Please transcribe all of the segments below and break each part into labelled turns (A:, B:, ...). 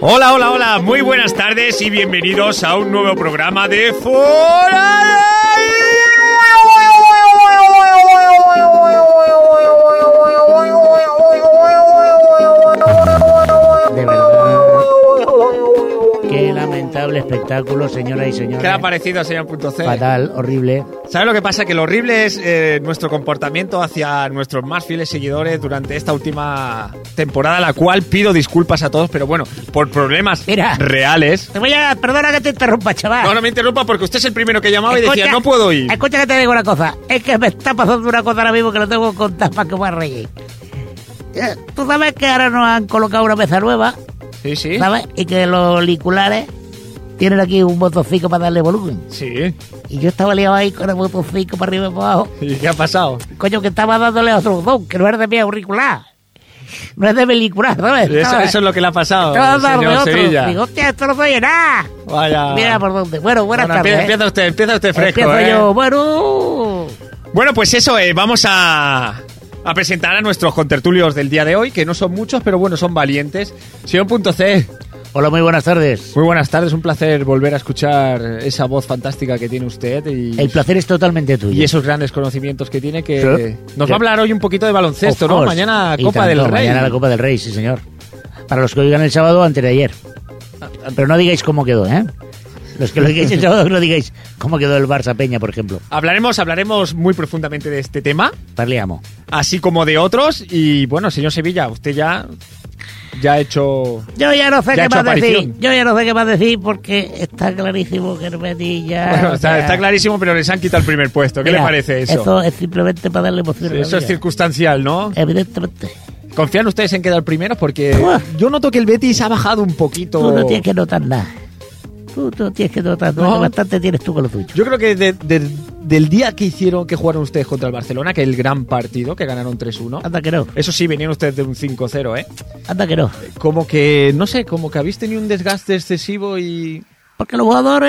A: Hola, hola, hola, muy buenas tardes y bienvenidos a un nuevo programa de Fora.
B: De verdad. Qué lamentable espectáculo, señoras
A: ¿Qué
B: y
A: le ha
B: señores.
A: parecido, señor Punto C?
B: Fatal, horrible.
A: ¿Sabes lo que pasa? Que lo horrible es eh, nuestro comportamiento hacia nuestros más fieles seguidores durante esta última temporada, la cual pido disculpas a todos, pero bueno, por problemas
B: Mira.
A: reales.
B: Te voy a. Perdona que te interrumpa, chaval.
A: No, no me interrumpa porque usted es el primero que llamaba y decía,
B: Escucha-
A: no puedo ir.
B: Escucha que te digo una cosa. Es que me está pasando una cosa ahora mismo que lo tengo que contar para que me reír. Eh, Tú sabes que ahora nos han colocado una mesa nueva,
A: Sí, sí.
B: ¿sabes? Y que los auriculares tienen aquí un botoncito para darle volumen.
A: Sí.
B: Y yo estaba liado ahí con el botoncito para arriba y para abajo.
A: ¿Y qué ha pasado?
B: Coño, que estaba dándole otro botón, que no es de mi auricular. No es de mi auricular, ¿sabes?
A: Eso,
B: Estaba-
A: eso es lo que le ha pasado,
B: estaba dándole
A: señor
B: otro.
A: Oh, Sevilla.
B: Digo, hostia, esto no se oye nada.
A: Vaya.
B: Mira por dónde. Bueno, buenas
A: Bueno,
B: tardes. ¿eh?
A: empie- empieza usted, empieza usted fresco.
B: Empiezo
A: ¿eh?
B: yo. Bueno.
A: Bueno, pues eso, eh, vamos a, a presentar a nuestros contertulios del día de hoy, que no son muchos, pero bueno, son valientes. Señor Punto C,
B: Hola, muy buenas tardes.
A: muy buenas tardes, un placer volver a escuchar esa voz fantástica que tiene usted y,
B: El placer es totalmente tuyo.
A: y esos grandes conocimientos que tiene que...
B: Sí.
A: Nos
B: Sí.
A: va a hablar hoy un poquito de baloncesto,
B: Of
A: ¿no?
B: course.
A: Mañana
B: Y
A: Copa
B: tanto,
A: del Rey.
B: Mañana la Copa del Rey, sí, señor. Para los que oigan el sábado, antes de ayer. Pero no digáis cómo quedó, ¿eh? Los que lo digáis el sábado, no digáis cómo quedó el Barça Peña, por ejemplo.
A: Hablaremos, hablaremos muy profundamente de este tema,
B: Parliamo.
A: así como de otros. Y bueno, señor Sevilla, usted ya, ya ha hecho...
B: Yo ya no sé
A: Ya ha
B: qué
A: hecho
B: más decir.
A: aparición.
B: Yo ya no sé qué más decir porque está clarísimo que el Betis ya.
A: Bueno,
B: o
A: está,
B: sea,
A: está clarísimo, pero les han quitado el primer puesto. ¿Qué
B: mira,
A: le parece eso?
B: Eso es simplemente para darle emoción. a la
A: Eso es
B: liga.
A: circunstancial, ¿no?
B: Evidentemente.
A: ¿Confían ustedes en quedar primeros? Porque
B: Buah.
A: yo noto que el Betis ha bajado un
B: Tú
A: poquito.
B: no tienes que notar nada. Tú no tienes que notar nada.
A: No.
B: que Bastante tienes tú con lo tuyo.
A: Yo creo que de- de- del día que hicieron, que jugaron ustedes contra el Barcelona, que el gran partido, que ganaron 3-1.
B: Anda que no.
A: Eso sí, venían ustedes de un 5-0, ¿eh?
B: Anda que no.
A: Como que, no sé, como que habéis tenido un desgaste excesivo y...
B: Porque los jugadores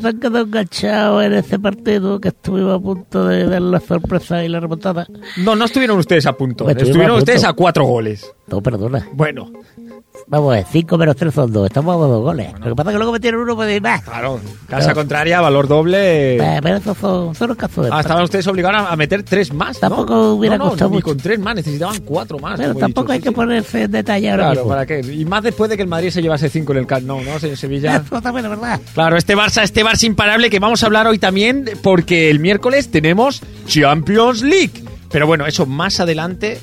B: se han quedado enganchados en este partido que estuvimos a punto de dar la sorpresa y la remontada.
A: No, no estuvieron ustedes a punto.
B: No estuvimos
A: estuvieron
B: a punto.
A: ustedes a cuatro goles.
B: No, perdona.
A: Bueno,
B: Vamos a ver, 5 menos 3 son 2. Estamos a dos goles. Lo que pasa es que luego metieron uno por decir más.
A: claro, casa contraria, valor doble...
B: Eh, Pero esos son, son los casos de.
A: Ah, estaban ustedes obligados a- a meter tres más. ¿no?
B: Tampoco hubiera
A: No, no,
B: costado
A: ni
B: mucho.
A: con tres más, necesitaban cuatro más.
B: Pero
A: como he
B: tampoco
A: dicho,
B: hay
A: sí,
B: que
A: sí.
B: ponerse en detalle ahora
A: Claro,
B: mismo.
A: ¿para qué? Y más después de que el Madrid se llevase cinco en el Camp Nou, ¿no, señor Sevilla?
B: Eso también es verdad.
A: Claro, este Barça, este Barça imparable que vamos a hablar hoy también porque el miércoles tenemos Champions League. Pero bueno, eso más adelante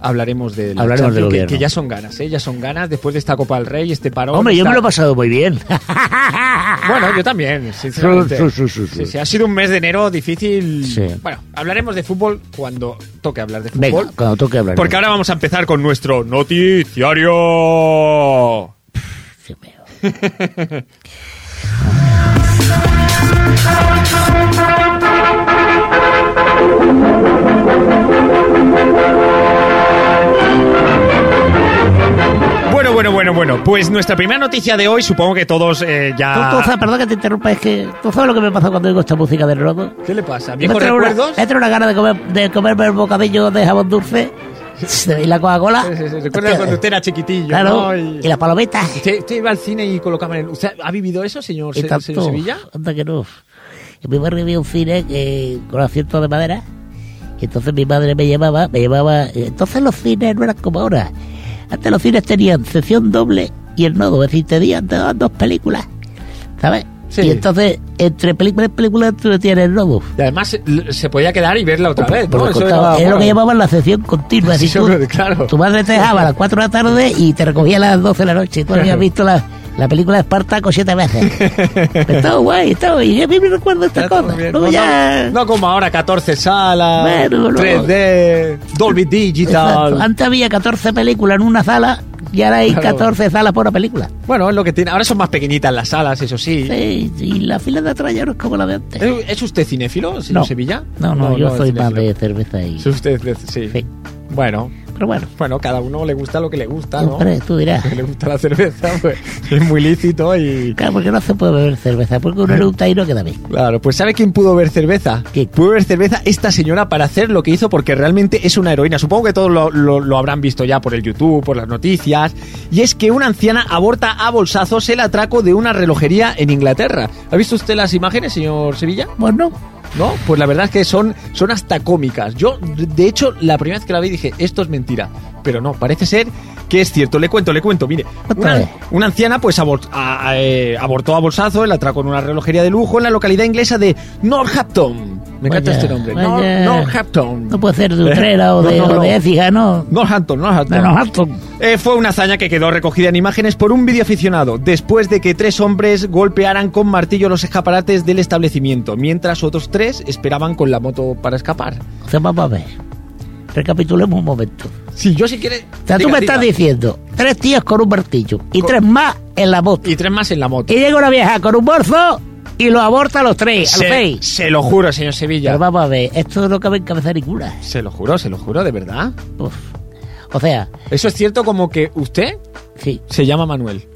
A: hablaremos de la
B: Hablaremos
A: Champions,
B: del
A: que-
B: gobierno.
A: que, ya son ganas, ¿eh? Ya son ganas después de esta Copa del Rey, este parón.
B: Hombre, yo
A: esta-
B: me lo he pasado muy bien.
A: Bueno, yo también, sinceramente.
B: Sí, sí, sí, sí, sí.
A: Sí, sí, ha sido un mes de enero difícil.
B: Sí.
A: Bueno, hablaremos de fútbol cuando toque hablar de
B: Venga,
A: fútbol.
B: cuando toque hablar.
A: Porque ahora vamos a empezar con nuestro noticiario.
B: Dios mío.
A: Bueno, bueno, bueno, bueno. Pues nuestra primera noticia de hoy, supongo que todos eh,
B: Tú, tú
A: ya.
B: sabes, perdón que te interrumpa, es que tú sabes lo que me pasa cuando oigo esta música de Rodo.
A: ¿Qué le pasa?
B: Me
A: ¿Viejos
B: entra una, eh,
A: recuerdos?
B: me entra una gana de, comer, de comerme el bocadillo de jabón dulce y la Coca-Cola.
A: Sí, sí, sí, Recuerda cuando usted era chiquitillo,
B: Claro,
A: ¿no?
B: y...
A: Y-
B: las palomitas.
A: Usted, usted iba al cine y colocaba el. ¿Usted ha vivido eso, señor,
B: y
A: se-
B: tanto.
A: señor Sevilla?
B: Anda que no. En mi barrio había un cine eh, con asientos de madera. Y entonces mi madre me llamaba, me llamaba. Entonces los cines no eran como ahora. Antes los cines tenían sesión doble y el nodo, es decir, tenían dos, dos películas. ¿Sabes?
A: Sí.
B: Y entonces, entre película y película, tú no tienes el nodo.
A: Y además se- se podía quedar y verla otra vez, ¿no?
B: Porque
A: Eso
B: contaba- era lo que
A: bueno.
B: llamaban la sesión continua. Es
A: Sí,
B: decir, tú-
A: hombre, claro.
B: Tu madre te dejaba a las 4 de la tarde y te recogía a las 12 de la noche. Y tú habías visto la, la película de Espartaco siete veces. Pero estaba guay, estaba guay. Y a mí me recuerdo esta
A: Está todo
B: cosa.
A: bien.
B: Luego
A: No,
B: ya...
A: no- no como ahora, 14 salas,
B: Bueno, no.
A: 3D, Dolby Digital.
B: Exacto. Antes había 14 películas en una sala y ahora hay
A: Claro.
B: 14 salas por una película.
A: Bueno, es lo que tiene. Ahora son más pequeñitas las salas, eso sí.
B: Sí, y la fila de atrás ya no es como la de antes.
A: ¿Es es usted cinéfilo, señor
B: Eh, No.
A: Sevilla?
B: No, no, yo
A: es
B: soy más
A: cinéfilo.
B: de cerveza y...
A: Es usted de- sí.
B: Sí.
A: Bueno,
B: Pero bueno,
A: Bueno, cada uno le gusta lo que le gusta, ¿no?
B: hombre, tú dirás.
A: Que le gusta la cerveza, pues es muy lícito y.
B: Claro, porque no se puede beber cerveza, porque uno eructa y no queda bien.
A: Claro, pues ¿sabe quién pudo ver cerveza?
B: ¿Quién?
A: Pudo ver cerveza esta señora para hacer lo que hizo porque realmente es una heroína. Supongo que todos lo, lo- lo habrán visto ya por el YouTube, por las noticias. Y es que una anciana aborta a bolsazos el atraco de una relojería en Inglaterra. ¿Ha visto usted las imágenes, señor Sevilla?
B: Bueno,
A: ¿No? Pues la verdad es que son, son hasta cómicas. Yo, de hecho, la primera vez que la vi dije, esto es mentira. Pero no, parece ser que es cierto. Le cuento, le cuento. Mire,
B: Otra
A: una,
B: vez.
A: una anciana pues abor- a- a- eh, abortó a bolsazo el atraco en una relojería de lujo en la localidad inglesa de Northampton. Me encanta
B: Vaya,
A: este nombre. Nor-
B: vaya.
A: Northampton.
B: no puede ser de Utrera o
A: No,
B: de,
A: no,
B: o
A: no.
B: de Écija, ¿no?
A: Northampton, Northampton.
B: De Northampton.
A: Eh, fue una hazaña que quedó recogida en imágenes por un vídeo aficionado, después de que tres hombres golpearan con martillo los escaparates del establecimiento, mientras otros tres esperaban con la moto para escapar.
B: O sea, vamos a ver. Recapitulemos un momento.
A: Si yo si quiere...
B: O sea, tú
A: Diga,
B: me estás
A: diga.
B: diciendo tres tíos con un martillo y
A: Con-
B: tres más en la moto.
A: Y tres más en la moto.
B: Y llega una vieja con un bolso y lo aborta a los tres, a los
A: Se,
B: seis.
A: se lo juro, señor Sevilla.
B: Pero vamos a ver, esto no cabe en cabeza ninguna.
A: Se lo juro, se lo juro, de verdad.
B: Uf. O sea,
A: Eso es cierto como que usted
B: sí,
A: se llama Manuel.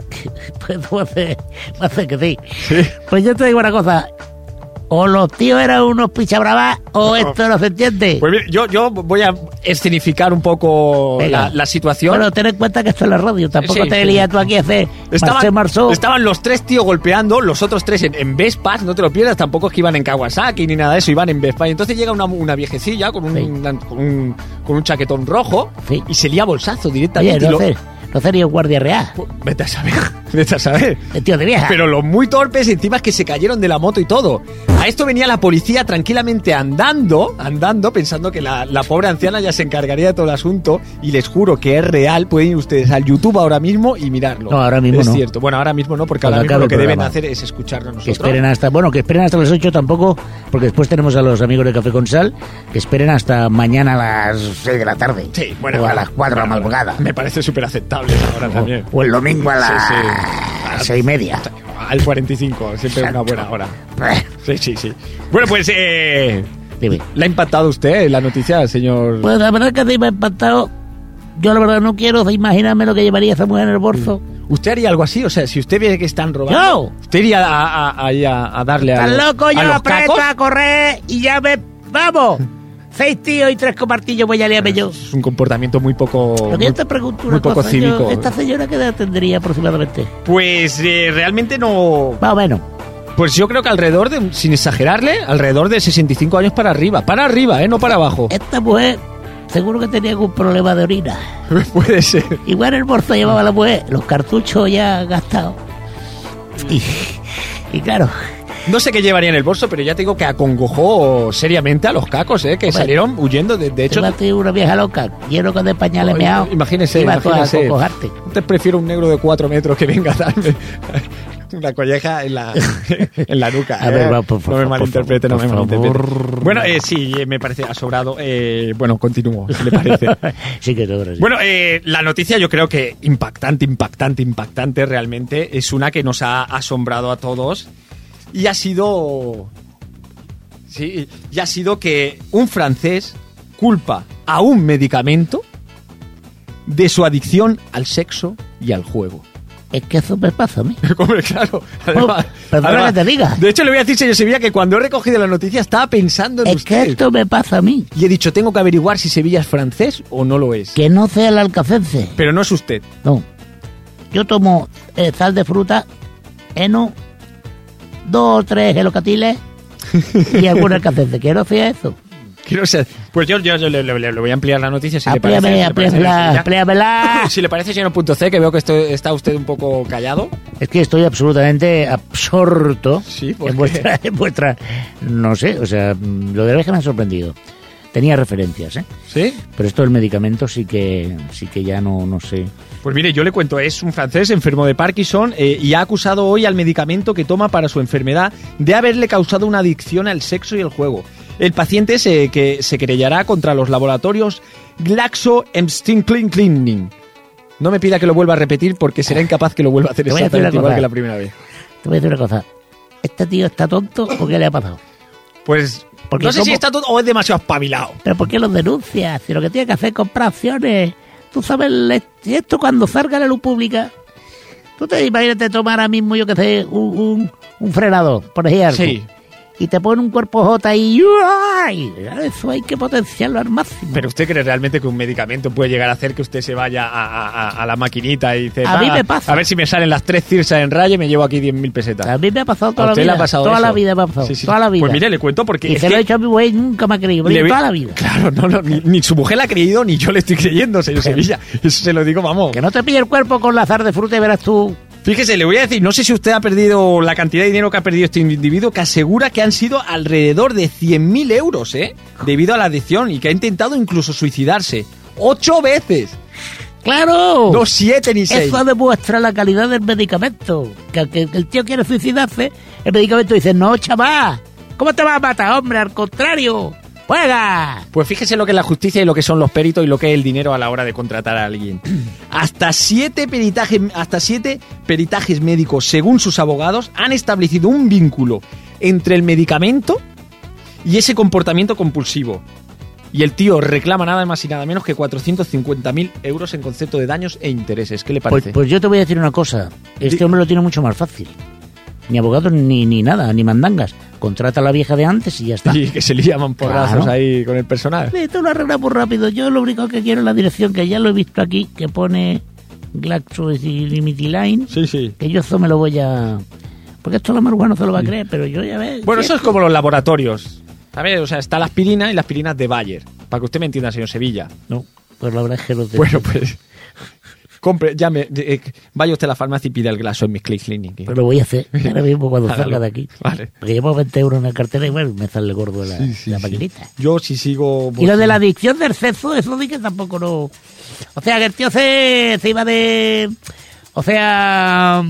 B: pues tú haces hace que sí. Pues yo te digo una cosa. O los tíos eran unos pichabravas o esto no se entiende.
A: Pues mire, yo, yo voy a escenificar un poco la,
B: Venga.
A: la situación.
B: Bueno, ten en cuenta que esto es la radio. Tampoco
A: Sí,
B: te
A: sí.
B: lías tú aquí a hacer Marcé
A: Estaban,
B: Marceau.
A: estaban los tres tíos golpeando, los otros tres en, en Vespas, no te lo pierdas, tampoco es que iban en Kawasaki ni nada de eso, iban en Vespa. Y entonces llega una, una viejecilla con un,
B: Sí.
A: una- con, un, con un chaquetón rojo
B: Sí.
A: y se lía bolsazo
B: Oye,
A: directamente. y
B: no,
A: lo-
B: ser, no sería un guardia real.
A: Pues, Vete a saber, vete a saber.
B: El Eh, tío de vieja.
A: Pero los muy torpes encima es que se cayeron de la moto y todo. A esto venía la policía tranquilamente andando, andando, pensando que la, la pobre anciana ya se encargaría de todo el asunto. Y les juro que es real. Pueden ir ustedes al YouTube ahora mismo y mirarlo.
B: No, ahora mismo
A: Es
B: no.
A: cierto. Bueno, ahora mismo no, porque
B: Cuando
A: ahora mismo
B: acabe
A: lo que
B: el
A: deben
B: programa.
A: hacer es escucharnos
B: Que
A: nosotros.
B: esperen hasta, bueno, que esperen hasta las 8 tampoco, porque después tenemos a los amigos de Café con Sal, que esperen hasta mañana a las 6 de la tarde.
A: Sí, bueno.
B: o a las 4 de la
A: bueno,
B: madrugada.
A: Me parece súper aceptable ahora también.
B: O, o el domingo a las
A: Sí, sí.
B: 6 y media. Eh,
A: Al 45, siempre es una buena hora. Sí, sí, sí. Bueno, pues... Eh,
B: Dime.
A: ¿La ha impactado usted la noticia, señor?
B: Pues la verdad que a mí me ha impactado. Yo la verdad no quiero imaginarme lo que llevaría esa mujer en el bolso.
A: ¿Usted haría algo así? O sea, si usted ve que están robando,
B: ¡No!
A: ¿usted iría a, a- ahí a- a darle a,
B: ¡Estás
A: los-
B: loco!
A: a
B: Yo
A: los
B: aprieto
A: cacos?
B: a correr y ya me... ¡Vamos! Seis tíos y tres comartillos voy a liarme yo.
A: Es un comportamiento muy poco...
B: Lo que yo te pregunto una
A: muy poco
B: cosa, yo-
A: cívico.
B: ¿esta señora qué edad tendría aproximadamente?
A: Pues eh, realmente no...
B: Más o menos.
A: Pues yo creo que alrededor de, sin exagerarle, alrededor de 65 años para arriba. Para arriba, ¿eh? No para abajo.
B: Esta mujer seguro que tenía algún problema de orina.
A: Puede ser.
B: Igual en el bolso llevaba la mujer los cartuchos ya gastados. Y, y claro,
A: No sé qué llevaría en el bolso, pero ya te digo que acongojó seriamente a los cacos, ¿eh? Que
B: Hombre.
A: salieron huyendo. De, de
B: hecho,
A: hecho,
B: una vieja loca, lleno con de pañales
A: Ay,
B: meados.
A: imagínese,
B: iba
A: imagínese.
B: a cojarte.
A: Te prefiero un negro de 4 metros que venga a darme una colleja en la, en la nuca.
B: A
A: ¿eh?
B: ver, va, por favor,
A: No me
B: por
A: malinterprete, no
B: favor,
A: me
B: por
A: malinterprete.
B: favor.
A: Bueno, eh, sí, eh, me parece ha sobrado. Eh, bueno, continúo, si le parece.
B: Sí que seguro, sí.
A: Bueno, eh, la noticia yo creo que impactante, impactante, impactante realmente. Es una que nos ha asombrado a todos. Y ha sido... Sí, y ha sido que un francés culpa a un medicamento de su adicción al sexo y al juego.
B: Es que eso me pasa a mí.
A: Hombre, claro. Además,
B: Oh, perdona que te diga.
A: De hecho, le voy a decir, señor Sevilla, que cuando he recogido la noticia estaba pensando en
B: Es que
A: usted.
B: esto me pasa a mí.
A: Y he dicho, tengo que averiguar si Sevilla es francés o no lo es.
B: Que no sea el alcafense.
A: Pero no es usted.
B: No. Yo tomo eh, sal de fruta, heno, dos o tres gelocatiles y algún alcacete. Que no sea eso.
A: Quiero ser- Pues yo, yo- yo le, le- le voy a ampliar la noticia si
B: Aplíame,
A: le parece. si le
B: aplíamela,
A: parece, señor Sevilla.
B: aplíamela.
A: Si le parece, señor punto C, que veo que esto- está usted un poco callado.
B: Es que estoy absolutamente absorto
A: Sí, ¿por
B: en
A: qué?
B: vuestra, en vuestra... No sé, o sea, mm, lo de la abeja me ha sorprendido. Tenía referencias, ¿eh?
A: ¿Sí?
B: Pero esto del medicamento sí que sí que ya no, no sé.
A: Pues mire, yo le cuento, es un francés enfermo de Parkinson eh, y ha acusado hoy al medicamento que toma para su enfermedad de haberle causado una adicción al sexo y el juego. El paciente se, que, se querellará contra los laboratorios GlaxoSmithKline. No me pida que lo vuelva a repetir porque será incapaz que lo vuelva a hacer
B: Te voy a decir una
A: exactamente igual
B: cosa.
A: que la primera vez.
B: Te voy a decir una cosa. ¿Este tío está tonto o qué le ha pasado?
A: Pues
B: porque
A: No sé si
B: ¿cómo?
A: está todo o es demasiado espabilado.
B: ¿Pero por qué los denuncias? Si lo que tiene que hacer es comprar acciones. Tú sabes, le- si esto cuando salga a la luz pública. Tú te imagínate tomar ahora mismo, yo que sé, un, un, un frenador, por ejemplo.
A: Sí.
B: Y te ponen un cuerpo J y ¡ay! Eso hay que potenciarlo al máximo.
A: Pero usted cree realmente que un medicamento puede llegar a hacer que usted se vaya a, a- a- a la maquinita y dice,
B: A mí
A: "Va,
B: me pasa".
A: A ver si me salen las tres cirsas en raya y me llevo aquí 10.000 pesetas.
B: a mí me ha pasado toda
A: ¿A
B: la
A: usted
B: vida.
A: le ha pasado
B: toda
A: eso?
B: la vida me ha pasado.
A: Sí, sí.
B: Toda la vida.
A: Pues mire, le cuento porque
B: y
A: es
B: se lo
A: que
B: he hecho a mi güey, nunca me ha creído.
A: le
B: pero
A: vi-
B: toda la vida.
A: Claro, no, no, ni, ni su mujer la ha creído ni yo le estoy creyendo, señor Sevilla. Eso se lo digo, vamos.
B: Que no te pille el cuerpo con lazar de fruta y verás tú.
A: Fíjese, le voy a decir, no sé si usted ha perdido la cantidad de dinero que ha perdido este individuo, que asegura que han sido alrededor de 100.000 euros, ¿eh? Debido a la adicción y que ha intentado incluso suicidarse. ¡Ocho veces!
B: ¡Claro!
A: No siete ni seis.
B: Eso demuestra la calidad del medicamento. Que aunque el tío quiere suicidarse, el medicamento dice, no, chaval, ¿cómo te vas a matar, hombre? Al contrario, juega.
A: Pues fíjese lo que es la justicia y lo que son los peritos y lo que es el dinero a la hora de contratar a alguien. Hasta siete peritajes, hasta siete peritajes médicos, según sus abogados, han establecido un vínculo entre el medicamento y ese comportamiento compulsivo. Y el tío reclama nada más y nada menos que 450.000 euros en concepto de daños e intereses. ¿Qué le
B: Pues,
A: parece?
B: pues yo te voy a decir una cosa,
A: Di-
B: este hombre lo tiene mucho más fácil. Ni abogados, ni, ni nada, ni mandangas. Contrata a la vieja de antes y ya está.
A: y que se le llaman porrazos
B: Claro.
A: ahí con el personal.
B: Esto lo arreglamos rápido. Yo lo único que quiero es la dirección, que ya lo he visto aquí, que pone GlaxoSmithKline.
A: Sí, sí.
B: Que yo eso me lo voy a... Porque esto la marihuana no se lo va a creer, pero yo ya ves...
A: Bueno,
B: si
A: eso es como los laboratorios. ¿Sabes? O sea, está la aspirina y la aspirina de Bayer. Para que usted me entienda, señor Sevilla.
B: No, pues la verdad es que lo tengo.
A: Bueno, pues. Compre, llame. eh, vaya usted a la farmacia y pida el glaso en mi Clay Clinic.
B: Pero lo voy a hacer ahora mismo cuando
A: Hágalo.
B: salga de aquí.
A: Vale.
B: Porque llevo 20 euros en la cartera y bueno, me sale gordo la, la maquinita.
A: Yo si sigo.
B: Y lo de la adicción del sexo, eso sí que tampoco no... O sea, que el tío se, se iba de... O sea...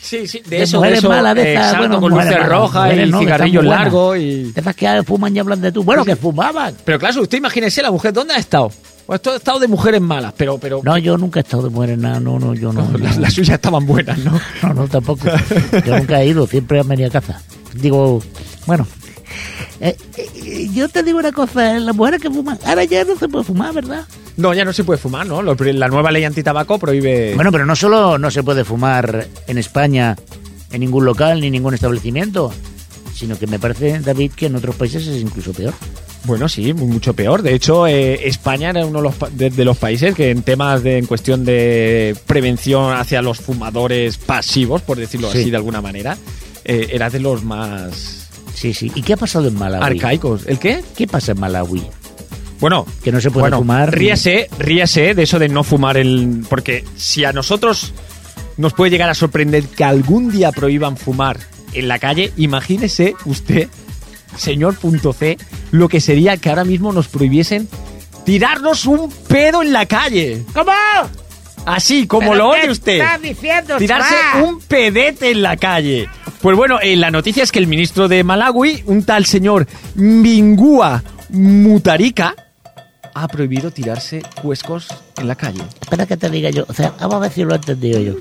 A: Sí, sí, de,
B: de
A: eso.
B: mujeres
A: de eso,
B: malas de esas,
A: exacto,
B: bueno,
A: con
B: mujeres
A: luces
B: malas,
A: rojas y
B: mujeres no, que están
A: cigarrillos
B: muy buenas.
A: largos. Y...
B: De esas que fuman y hablan de tú. Bueno, que fumaban.
A: Pero claro, usted imagínese, la mujer, ¿dónde ha estado? Pues he estado de mujeres malas, pero. pero
B: No, yo nunca he estado de mujer en nada. No, no, yo no. no.
A: las, las suyas estaban buenas, ¿no?
B: No, no, tampoco. Yo nunca he ido, siempre han venido a casa. Digo, bueno. eh, eh, yo te digo una cosa, eh, las mujeres que fuman, ahora ya no se puede fumar, ¿verdad?
A: No, ya no se puede fumar, ¿no? Lo- La nueva ley antitabaco prohíbe.
B: Bueno, pero no solo no se puede fumar en España, en ningún local, ni ningún establecimiento, sino que me parece, David, que en otros países es incluso peor.
A: Bueno, sí, mu- mucho peor. De hecho, eh, España era uno de los, pa- de, de los países que en temas de en cuestión de prevención hacia los fumadores pasivos, por decirlo
B: Sí.
A: así de alguna manera, eh, era de los más
B: Sí, sí. ¿Y qué ha pasado en Malawi?
A: arcaicos. ¿El qué?
B: ¿Qué pasa en Malawi?
A: Bueno,
B: Que no se puede
A: bueno,
B: fumar. ni-
A: Ríase, ríase de eso de no fumar el porque si a nosotros nos puede llegar a sorprender que algún día prohíban fumar en la calle, imagínese usted, señor punto C, lo que sería que ahora mismo nos prohibiesen tirarnos un pedo en la calle.
B: ¿Cómo?
A: Así como lo oye usted.
B: ¿Qué estás diciendo?
A: Tirarse
B: Fran?
A: un pedete en la calle. Pues bueno, eh, la noticia es que el ministro de Malawi, un tal señor Mbingua Mutarika, ha prohibido tirarse cuescos en la calle.
B: Espera que te diga yo. O sea, vamos a ver si lo he entendido yo.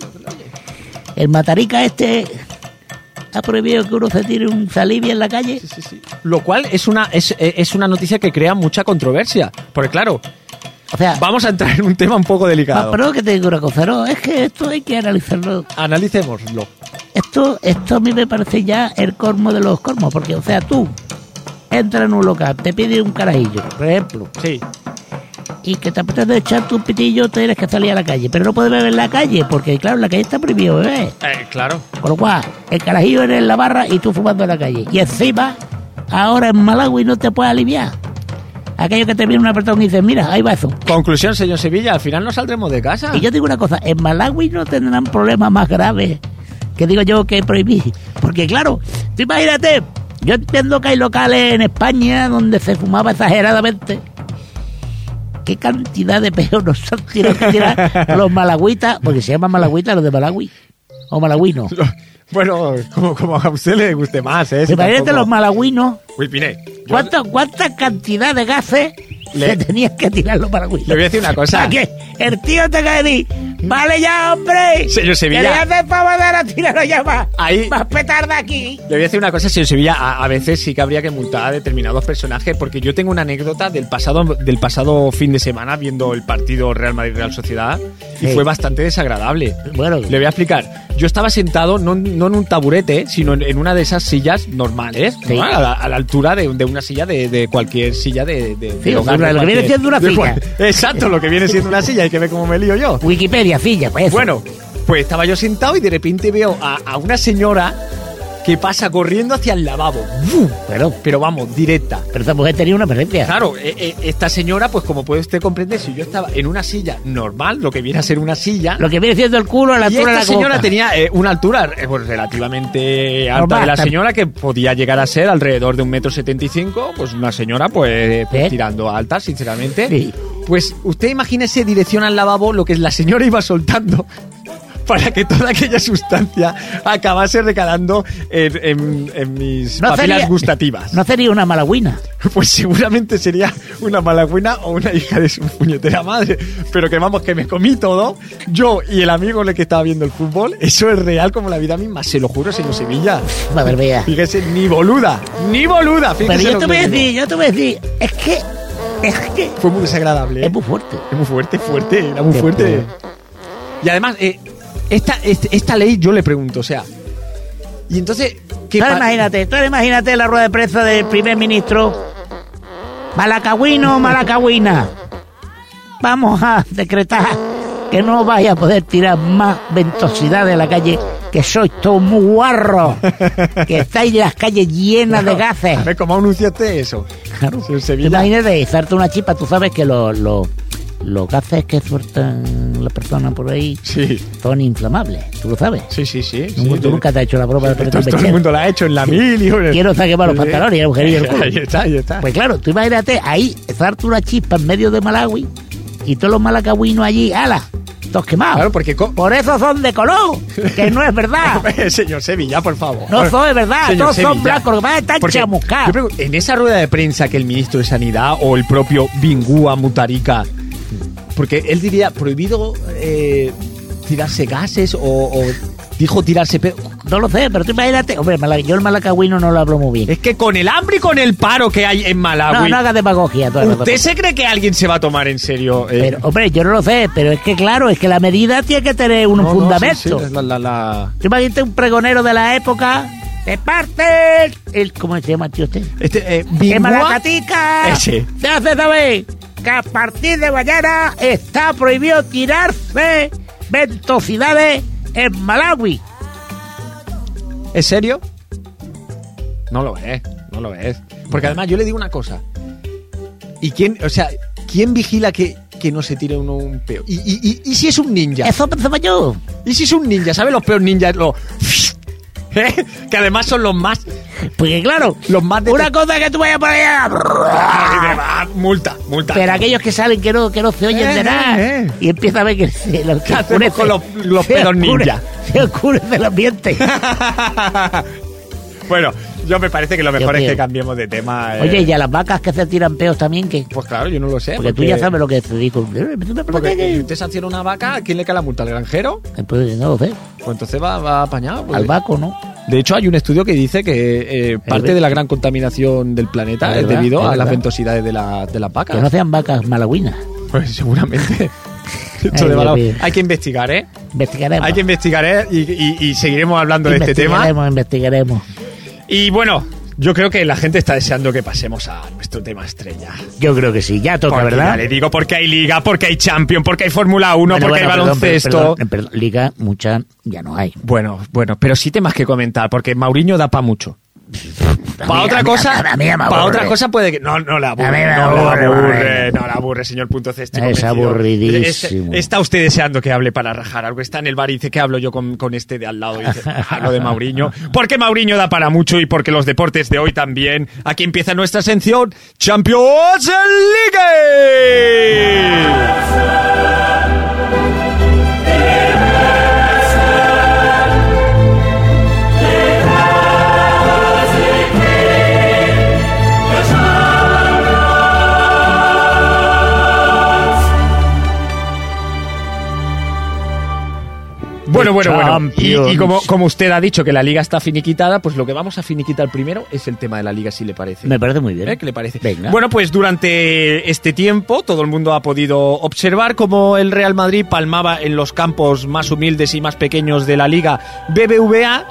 B: El matarica este ha prohibido que uno se tire un salivi en la calle.
A: Lo cual es una, es, eh, es una noticia que crea mucha controversia. Porque claro,
B: O sea,
A: vamos a entrar en un tema un poco
B: va,
A: delicado.
B: pero que te digo una cosa, no, es que esto hay que analizarlo.
A: Analicémoslo.
B: Esto, esto a mí me parece ya el cormo de los cormos, porque, o sea, tú entras en un local, te pide un carajillo, por ejemplo,
A: Sí.
B: y que te apetece echar tu pitillo, tienes que salir a la calle, pero no puedes beber en la calle, porque, claro, en la calle está prohibido beber.
A: claro.
B: Con lo cual, el carajillo eres en la barra y tú fumando en la calle. Y encima, ahora en Malawi no te puedes aliviar. Aquello que te viene un apretón y dices, mira, ahí va eso.
A: Conclusión, señor Sevilla, al final no saldremos de casa.
B: Y yo te digo una cosa, en Malawi no tendrán problemas más graves que digo yo que prohibí. Porque claro, tú imagínate, yo entiendo que hay locales en España donde se fumaba exageradamente. ¿Qué cantidad de peos nos han tirado que tirar los malagüitas? Porque se llaman malagüitas los de Malawi. O malagüinos.
A: Bueno, como, como a usted le guste más, ¿eh? Si
B: Imagínate
A: tampoco-
B: los malagüinos
A: Uy, mire, yo-
B: ¿Cuánta, cuánta cantidad de gases
A: Le-
B: le tenías que tirar los paraguayos?
A: Le voy a decir una cosa.
B: ¿Para qué? El tío te cae de ¡Vale ya, hombre!
A: Señor Sevilla.
B: ¡Que le haces pavadera, tíralo ya más!
A: Ahí-
B: ¡Más petarda aquí!
A: Le voy a decir una cosa, señor Sevilla, a, a veces sí que habría que multar a determinados personajes, porque yo tengo una anécdota del pasado, del pasado fin de semana viendo el partido Real Madrid-Real Sociedad y
B: Sí.
A: fue bastante desagradable.
B: Bueno,
A: Le voy a explicar. Yo estaba sentado no, en- no en un taburete, sino en, en una de esas sillas normales, ¿no?
B: Sí.
A: a, la, a la altura de, de una silla de, de cualquier silla de... de-
B: Sí,
A: del
B: o sea,
A: hogar de
B: lo que viene
A: cualquier-
B: siendo una
A: de
B: silla.
A: cual- Exacto, lo que viene siendo una silla y que ve cómo me lío yo.
B: Wikipedia, silla, pues. eso.
A: Bueno, pues estaba yo sentado y de repente veo a, a una señora que pasa corriendo hacia el lavabo. ¡Buf!
B: Bueno,
A: Pero vamos, directa.
B: pero esa mujer tenía una presencia.
A: Claro, e- e- esta señora, pues como puede usted comprender, si yo estaba en una silla normal, lo que viene a ser una silla,
B: Lo que viene siendo el culo a la
A: y
B: altura de
A: esta
B: la
A: señora
B: boca.
A: tenía eh, una altura eh, pues, relativamente alta
B: Normal,
A: de la
B: tam-
A: señora que podía llegar a ser alrededor de un metro setenta y cinco, pues una señora pues, pues,
B: ¿Eh?
A: tirando a alta, sinceramente.
B: Sí.
A: Pues usted imagínese dirección al lavabo lo que la señora iba soltando para que toda aquella sustancia acabase recalando en, en- en mis
B: No
A: papilas
B: sería-
A: gustativas.
B: No sería una malagüina.
A: Pues seguramente sería una malagüina o una hija de su puñetera madre. Pero que vamos, que me comí todo. Yo y el amigo en el que estaba viendo el fútbol. Eso es real como la vida misma, se lo juro, señor Sevilla.
B: Madre mía.
A: Fíjese, ni boluda, ni boluda.
B: Pero
A: Fíjese
B: yo
A: lo
B: te
A: que
B: voy a
A: le digo.
B: decir, yo te voy a decir. Es que. Es que.
A: Fue muy desagradable. ¿eh?
B: Es muy fuerte.
A: Es muy fuerte, fuerte, era muy
B: Qué
A: fuerte.
B: pena.
A: Y además, eh, esta, este- esta ley yo le pregunto, o sea. Y entonces, ¿qué
B: Tú ahora
A: pa-
B: imagínate, tú ahora imagínate la rueda de prensa del primer ministro. Malacagüino, malacagüina. Vamos a decretar que no vaya a poder tirar más ventosidad de la calle, que sois todos muy guarros, que estáis en las calles llenas de gases.
A: A ver, ¿cómo anunciaste eso?
B: Claro.
A: Señor
B: Tú
A: Sevilla.
B: Imagínate, izarte una chispa, tú sabes que los los los gases que sueltan las personas por ahí
A: Sí,
B: son inflamables, tú lo sabes.
A: sí, sí, sí.
B: Nunca-
A: sí,
B: tú nunca te has hecho la prueba de
A: Esto
B: apretar
A: todo el
B: mechero.
A: mundo la ha hecho en la mil y una-
B: Quiero sacar para los
A: Sí.
B: pantalones y el agujerillo del culo.
A: Ahí está, ahí está.
B: Pues claro, tú imagínate ahí, darte una chispa en medio de Malawi y todos los malacagüinos allí, ala, todos quemados.
A: claro, porque. co-
B: Por eso son de color, que no es verdad.
A: señor Sevilla, por favor.
B: No son de verdad,
A: Señor
B: todos son
A: Sevilla.
B: blancos, lo que pasa es que están
A: Porque yo
B: chamuscados.
A: pregunto, en esa rueda de prensa que el ministro de Sanidad o el propio Bingúa Mutarika, porque él diría prohibido eh, tirarse gases o, o dijo tirarse pe-
B: No lo sé, pero tú imagínate, hombre, mala- yo el malacagüino no lo hablo muy bien.
A: Es que con el hambre y con el paro que hay en
B: No,
A: Malawi,
B: no hagas demagogia. todo el rato.
A: ¿usted se cree que alguien se va a tomar en serio? eh?
B: Pero, hombre, yo no lo sé, pero es que claro, es que la medida tiene que tener un
A: No, no, sí,
B: fundamento.
A: sí, la- la- la-
B: Tú imagínate un pregonero de la época, te parte el- el... ¿Cómo se llama el tío usted?
A: Este, eh,
B: ¡Qué
A: Bingua-
B: malacatica!
A: Ese.
B: Se hace saber que a partir de mañana está prohibido tirarse ventosidades en Malawi.
A: ¿Es serio? No lo es, no lo es. Porque además yo le digo una cosa. ¿Y quién, o sea, quién vigila que, que no se tire uno un peo? ¿Y, y, y- y si es un ninja?
B: Eso pensaba yo.
A: ¿Y si es un ninja? ¿Sabes los peos ninjas? Los... ¿Eh? Que además son los más...
B: Porque claro,
A: Los más de-
B: una cosa es que tú vayas por allá...
A: Ah, multa, multa.
B: Pero aquellos que salen que no, que no se oyen
A: Eh,
B: de nada
A: eh, eh.
B: y empieza a ver que se, lo, que
A: ¿Qué hacemos con los- los
B: se
A: pedos
B: oscure-
A: ninja? Eh.
B: Se oscurece el ambiente.
A: bueno, yo me parece que lo mejor
B: Dios
A: es que
B: mío.
A: cambiemos de tema. eh.
B: Oye, y a las vacas que se tiran peos también, que
A: Pues claro, yo no lo sé.
B: Porque tú ya sabes lo que se dijo. Eh, ¿tú me
A: Porque si
B: preguntas
A: usted sanciona una vaca, ¿a quién le cae la multa? ¿Al granjero?
B: qué? Pues no lo sé.
A: Pues entonces va, va apañado. porque-
B: Al vaco, ¿no?
A: De hecho, hay un estudio que dice que eh, parte
B: ve-
A: de la gran contaminación del planeta
B: Es
A: es,
B: verdad,
A: debido
B: es
A: a las
B: verdad.
A: ventosidades de, la, de las vacas.
B: Que no sean vacas malagüinas.
A: Pues seguramente. Esto
B: Ay,
A: de
B: Dios
A: valor.
B: mío.
A: Hay que investigar, ¿eh?
B: Investigaremos.
A: Hay que investigar, ¿eh? Y, y- y seguiremos hablando de este tema.
B: Investigaremos, investigaremos.
A: Y bueno, yo creo que la gente está deseando que pasemos a nuestro tema estrella.
B: Yo creo que sí, ya toca,
A: Porque
B: ¿verdad?
A: ya le digo, porque hay liga, porque hay champion, porque hay Fórmula 1,
B: Bueno,
A: porque
B: bueno,
A: hay
B: perdón,
A: baloncesto.
B: perdón, perdón, perdón, Liga, mucha ya no hay.
A: Bueno, bueno, pero sí temas que comentar, porque Mauriño da para mucho.
B: A
A: Para
B: mí- a
A: otra
B: mí-
A: cosa,
B: a mí me
A: para
B: aburre.
A: otra cosa puede que no, no la aburre,
B: A mí me
A: no la
B: aburre,
A: aburre,
B: vale.
A: no la aburre, señor punto C, estoy
B: Es
A: convencido.
B: aburridísimo.
A: Es- está usted deseando que hable para rajar algo, está en el bar y dice que hablo yo con, con este de al lado, y dice, hablo de Mauriño, porque Mauriño da para mucho y porque los deportes de hoy también. Aquí empieza nuestra ascensión, Champions League. bueno, bueno. Y,
B: Champions.
A: y como, como usted ha dicho que la liga está finiquitada, pues lo que vamos a finiquitar primero es el tema de la liga, si le parece.
B: Me parece muy bien.
A: ¿Eh? ¿Qué le parece?
B: Venga.
A: Bueno, pues durante este tiempo todo el mundo ha podido observar cómo el Real Madrid palmaba en los campos más humildes y más pequeños de la liga BBVA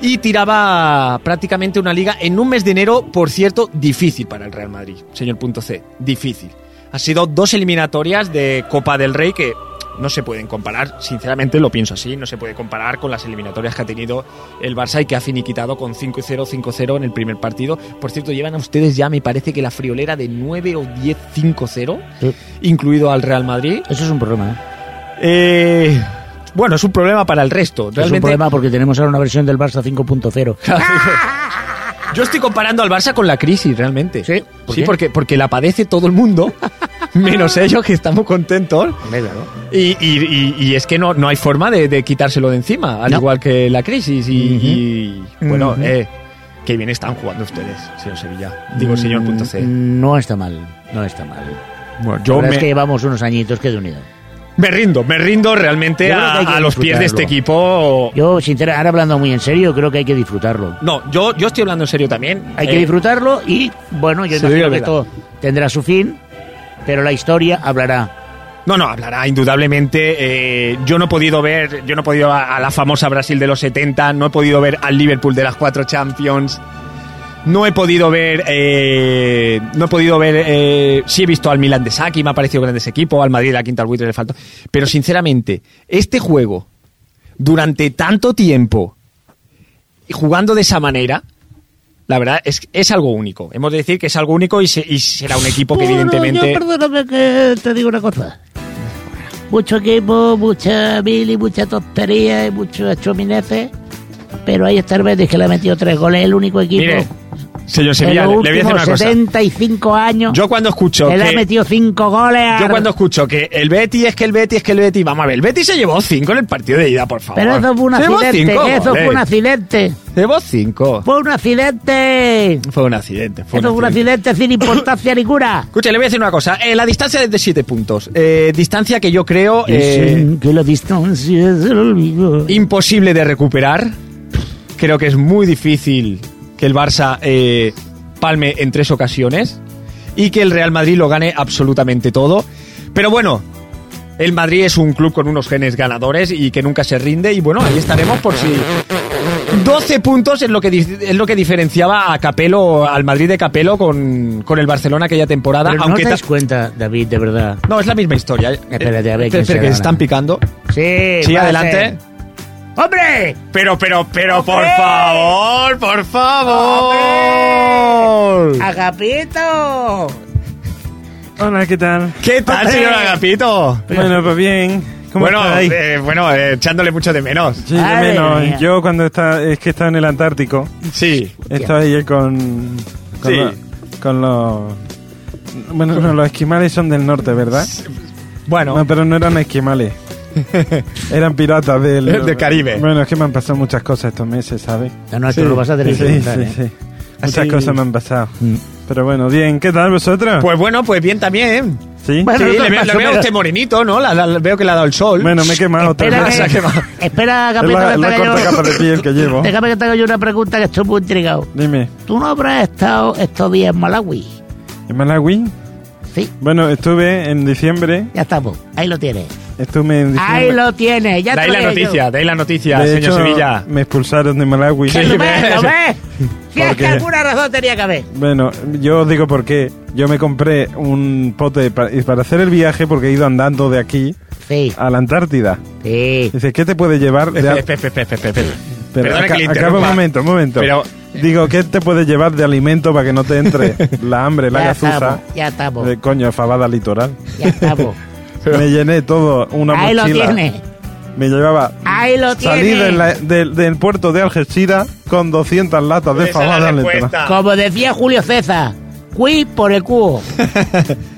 A: y tiraba prácticamente una liga en un mes de enero, por cierto, difícil para el Real Madrid, señor punto C, difícil. Ha sido dos eliminatorias de Copa del Rey que no se pueden comparar, sinceramente lo pienso así, no se puede comparar con las eliminatorias que ha tenido el Barça y que ha finiquitado con 5-0, 5-0 en el primer partido. Por cierto, llevan a ustedes ya, me parece que la friolera de 9 o 10, 5-0,
B: Sí,
A: incluido al Real Madrid.
B: Eso es un problema. ¿eh?
A: Eh, bueno, es un problema para el resto.
B: Es un
A: Realmente,
B: problema porque tenemos ahora una versión del Barça 5.0.
A: Yo estoy comparando al Barça con la crisis, realmente.
B: Sí, ¿por
A: sí
B: qué?
A: porque, porque la padece todo el mundo, menos ellos que estamos contentos.
B: Hombre, claro.
A: Y, y- y- y es que no, no hay forma de, de quitárselo de encima, al
B: No.
A: igual que la crisis. Y, y- bueno,
B: Ujú.
A: eh, qué bien están jugando ustedes, señor Sevilla. Digo, señor punto C.
B: Mm, No está mal, no está mal.
A: Bueno,
B: La
A: yo
B: verdad
A: me,
B: es que llevamos unos añitos que de unidad.
A: me rindo, me rindo realmente
B: Yo creo
A: a,
B: que hay que
A: a los pies de este equipo.
B: Yo, sinceramente, ahora hablando muy en serio, creo que hay que disfrutarlo.
A: No, yo, yo estoy hablando en serio también.
B: Hay
A: Eh,
B: que disfrutarlo y, bueno, yo
A: Sí, es
B: imagino que
A: verdad.
B: esto tendrá su fin, pero la historia hablará.
A: No, no, hablará indudablemente. Eh, yo no he podido ver, yo no he podido a, a la famosa Brasil de los 70, no he podido ver al Liverpool de las cuatro Champions, no he podido ver, eh, no he podido ver, eh, sí he visto al Milan de Saki, me ha parecido grandes equipo, al Madrid de la quinta al buitre le faltó. Pero sinceramente, este juego, durante tanto tiempo, y jugando de esa manera, la verdad es, es algo único. Hemos de decir que es algo único y, se- y será un equipo que
B: Bueno,
A: evidentemente...
B: yo perdóname que te digo una cosa. Mucho equipo, mucha mili, mucha tontería y muchos chumineces, pero ahí está el Betis que le ha metido tres goles, el único equipo.
A: Mire, señor
B: en
A: Sevilla, le
B: los
A: le voy a hacer una
B: últimos
A: cosa.
B: 75 años,
A: Yo cuando escucho
B: que le ha
A: que,
B: metido cinco goles. a-
A: yo cuando escucho que el Betty es que el Betty es que el Betty, vamos a ver, el Betty se llevó cinco en el partido de ida, por favor.
B: Pero eso fue un
A: Se llevó
B: accidente,
A: cinco
B: eso fue
A: goles.
B: un accidente.
A: Se llevó cinco.
B: Fue un accidente.
A: Fue un accidente. Fue
B: Eso fue un accidente sin importancia ninguna.
A: Escucha, le voy a decir una cosa. Eh, la distancia es de siete puntos. Eh, distancia que yo creo eh,
B: Dicen que la distancia es el olvido.
A: imposible de recuperar. Creo que es muy difícil que el Barça eh, palme en tres ocasiones y que el Real Madrid lo gane absolutamente todo. Pero bueno, el Madrid es un club con unos genes ganadores y que nunca se rinde y bueno, ahí estaremos por si... 12 puntos es lo que, di- es lo que diferenciaba a Capelo, al Madrid de Capelo con, con el Barcelona aquella temporada.
B: Pero no
A: aunque
B: te
A: ta-
B: das cuenta, David, de verdad.
A: no, es la misma historia. eh,
B: Espérate, a ver
A: Espera,
B: quién
A: espera,
B: se
A: que se
B: gana.
A: están picando.
B: Sí,
A: Sí,
B: va a
A: adelante.
B: ser. ¡Hombre!
A: Pero, pero, pero, por
B: ¡Hombre!
A: favor, por favor.
B: ¡Agapito!
C: Hola, ¿qué tal? Ah,
A: ¿Qué tal,
B: ¡Hombre!
A: señor Agapito?
C: Bueno, pues bien. ¿Cómo
A: Bueno,
C: estáis?
A: eh, bueno, eh, echándole mucho de menos.
C: Sí, de
B: Madre
C: menos.
B: mía.
C: Yo cuando está, es que estaba en el Antártico,
A: Sí.
C: estaba ayer con con,
A: Sí.
C: lo- con los bueno, no, los esquimales son del norte, ¿verdad?
A: Bueno,
C: No, pero no eran esquimales. Eran piratas del
A: Del Caribe.
C: Bueno, es que me han pasado muchas cosas estos meses, ¿sabes?
B: No, no, esto
A: Sí,
B: lo vas a tener que
C: sí,
B: contar,
C: sí,
B: ¿eh?
C: sí. Muchas
A: Así-
C: cosas me han pasado.
B: Mm.
C: Pero bueno, bien, ¿qué tal vosotros?
A: pues bueno, pues bien también.
C: sí.
A: Sí,
B: Bueno,
A: le
B: nosotros
A: veo,
B: más
A: le
B: o
A: veo a
B: menos.
A: usted morenito, ¿no? La- la- veo que le ha dado el sol.
C: Bueno, me he quemado otra
B: Espera,
C: vez.
A: pasa? ¿Qué va?
B: que, espera,
C: Es
B: Agapito,
C: la,
B: que te
C: la
B: haga
C: corta
B: yo-
C: capa de piel que llevo.
B: Déjame que te haga yo una pregunta que estoy muy intrigado.
C: Dime,
B: ¿Tú no habrás estado estos días en Malawi?
C: ¿en Malawi?
B: Sí,
C: Bueno, estuve en diciembre.
B: ya estamos. Ahí lo tienes.
C: Estuve en
B: Ahí
C: diciembre.
B: lo tienes. Ya
A: de ahí
B: te
A: la
B: lo digo yo.
A: noticia, de ahí la noticia,
C: De
A: señor
C: hecho,
A: Sevilla.
C: me expulsaron de Malawi.
A: Sí.
B: ¿Lo ves? ¿Lo
A: Sí.
B: ves? Si es que
C: Porque-
B: alguna razón tenía que haber.
C: Bueno, yo os digo por qué. Yo me compré un pote pa- y para, hacer el viaje porque he ido andando de aquí
B: Sí,
C: a la Antártida.
B: sí.
C: Dices, ¿qué te puede llevar? De a-
A: Espera, espera, espera, espera, espera.
C: Pero
A: Perdona
C: aca-
A: que le
C: acaba
A: interrumpa.
C: un momento, un momento.
A: Pero-
C: Digo, ¿qué te puede llevar de alimento para que no te entre la hambre, la
B: Ya
C: gazuza?
B: estamos, ya estamos,
C: De coño, fabada litoral.
B: ya estamos.
C: Me llené todo, una
B: Ahí lo
C: mochila.
B: tienes.
C: Me llevaba.
B: Ahí lo
C: Salí
B: tienes.
C: del, del- del puerto de Algeciras con 200 latas de
A: Esa es la
C: fabada litoral.
A: respuesta.
B: Como decía Julio César, cui por el cubo.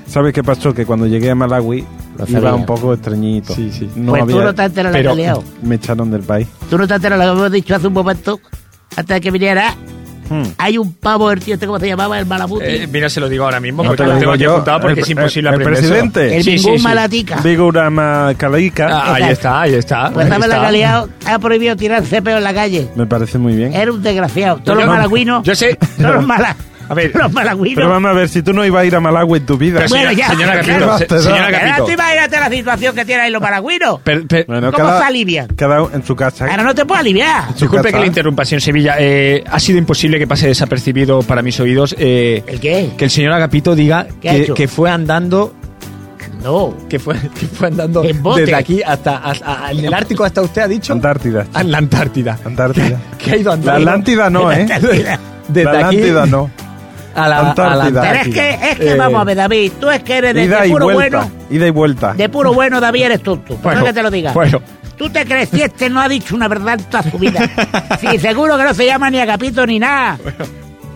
C: ¿Sabes qué pasó? Que cuando llegué a Malawi
B: Lo
C: iba
B: sabía.
C: un poco estreñito.
A: Sí, sí.
C: No
B: pues tú
C: había,
B: no te enteras la que
A: pero-
B: has liado.
C: me echaron del país.
B: Tú no te enteras la que hemos dicho hace un momento, antes de que viniera,
C: Hmm.
B: Hay un pavo, el tío, este, ¿cómo se llamaba? El Malaputi.
A: Eh, mira, se lo digo ahora mismo
C: No
A: porque
C: te lo
A: lo tengo
C: digo
A: aquí
C: yo,
A: apuntado porque
C: el-
A: es imposible
C: el
A: aprendérselo.
C: presidente.
B: el
A: Sí, sí,
B: ningún
A: sí.
B: malatica.
C: Vigurama Kalaica.
A: Ah, ahí está, ahí está.
B: Pues
A: ahí
B: ¿sabes la
A: está.
B: calidad? Ha prohibido tirar cepeo en la calle.
C: Me parece muy bien.
B: Era un desgraciado. Todos los
A: Yo-
B: malagüinos.
A: Yo sé.
B: Todos los mala-
A: A ver.
B: Los malagüinos.
C: Pero vamos a ver, si tú no ibas a ir a Malawi en tu vida.
A: Pero señora,
B: Bueno, ya,
A: señora Capito,
B: claro.
A: se- señora
B: Pero
A: Capito.
B: tú imagínate la situación que tienen ahí los malagüinos.
A: Per- per-
C: Bueno,
B: ¿Cómo se alivia?
C: Cada uno en su casa.
B: Ahora no te puedo aliviar.
C: Su
A: Disculpe
C: casa.
A: que le interrumpa, señor Sevilla. Eh, ha sido imposible que pase desapercibido para mis oídos eh,
B: ¿El qué?
A: que el señor Agapito diga
B: ¿Qué ha
A: que,
B: hecho?
A: que fue andando
B: No.
A: que fue, que fue andando
B: En bote.
A: desde aquí hasta, hasta- a- en el Ártico hasta usted ha dicho
C: Antártida.
A: a la Antártida.
C: Antártida.
A: Que ha ido andando
C: La Atlántida no, ¿eh?
A: desde
C: la
A: aquí
C: Atlántida no.
A: a la, a la
C: Antártida.
B: Pero
A: Antártida.
B: es que, es que
C: Eh,
B: vamos a ver, David, tú es que eres de,
C: Ida
B: de
C: y
B: puro
C: vuelta.
B: bueno.
C: Ida y vuelta.
B: De puro bueno, David, eres tonto.
A: Bueno,
B: no que te lo diga.
A: bueno.
B: Tú te crees que este no ha dicho una verdad en toda su vida. Sí, seguro que no se llama ni Agapito ni nada.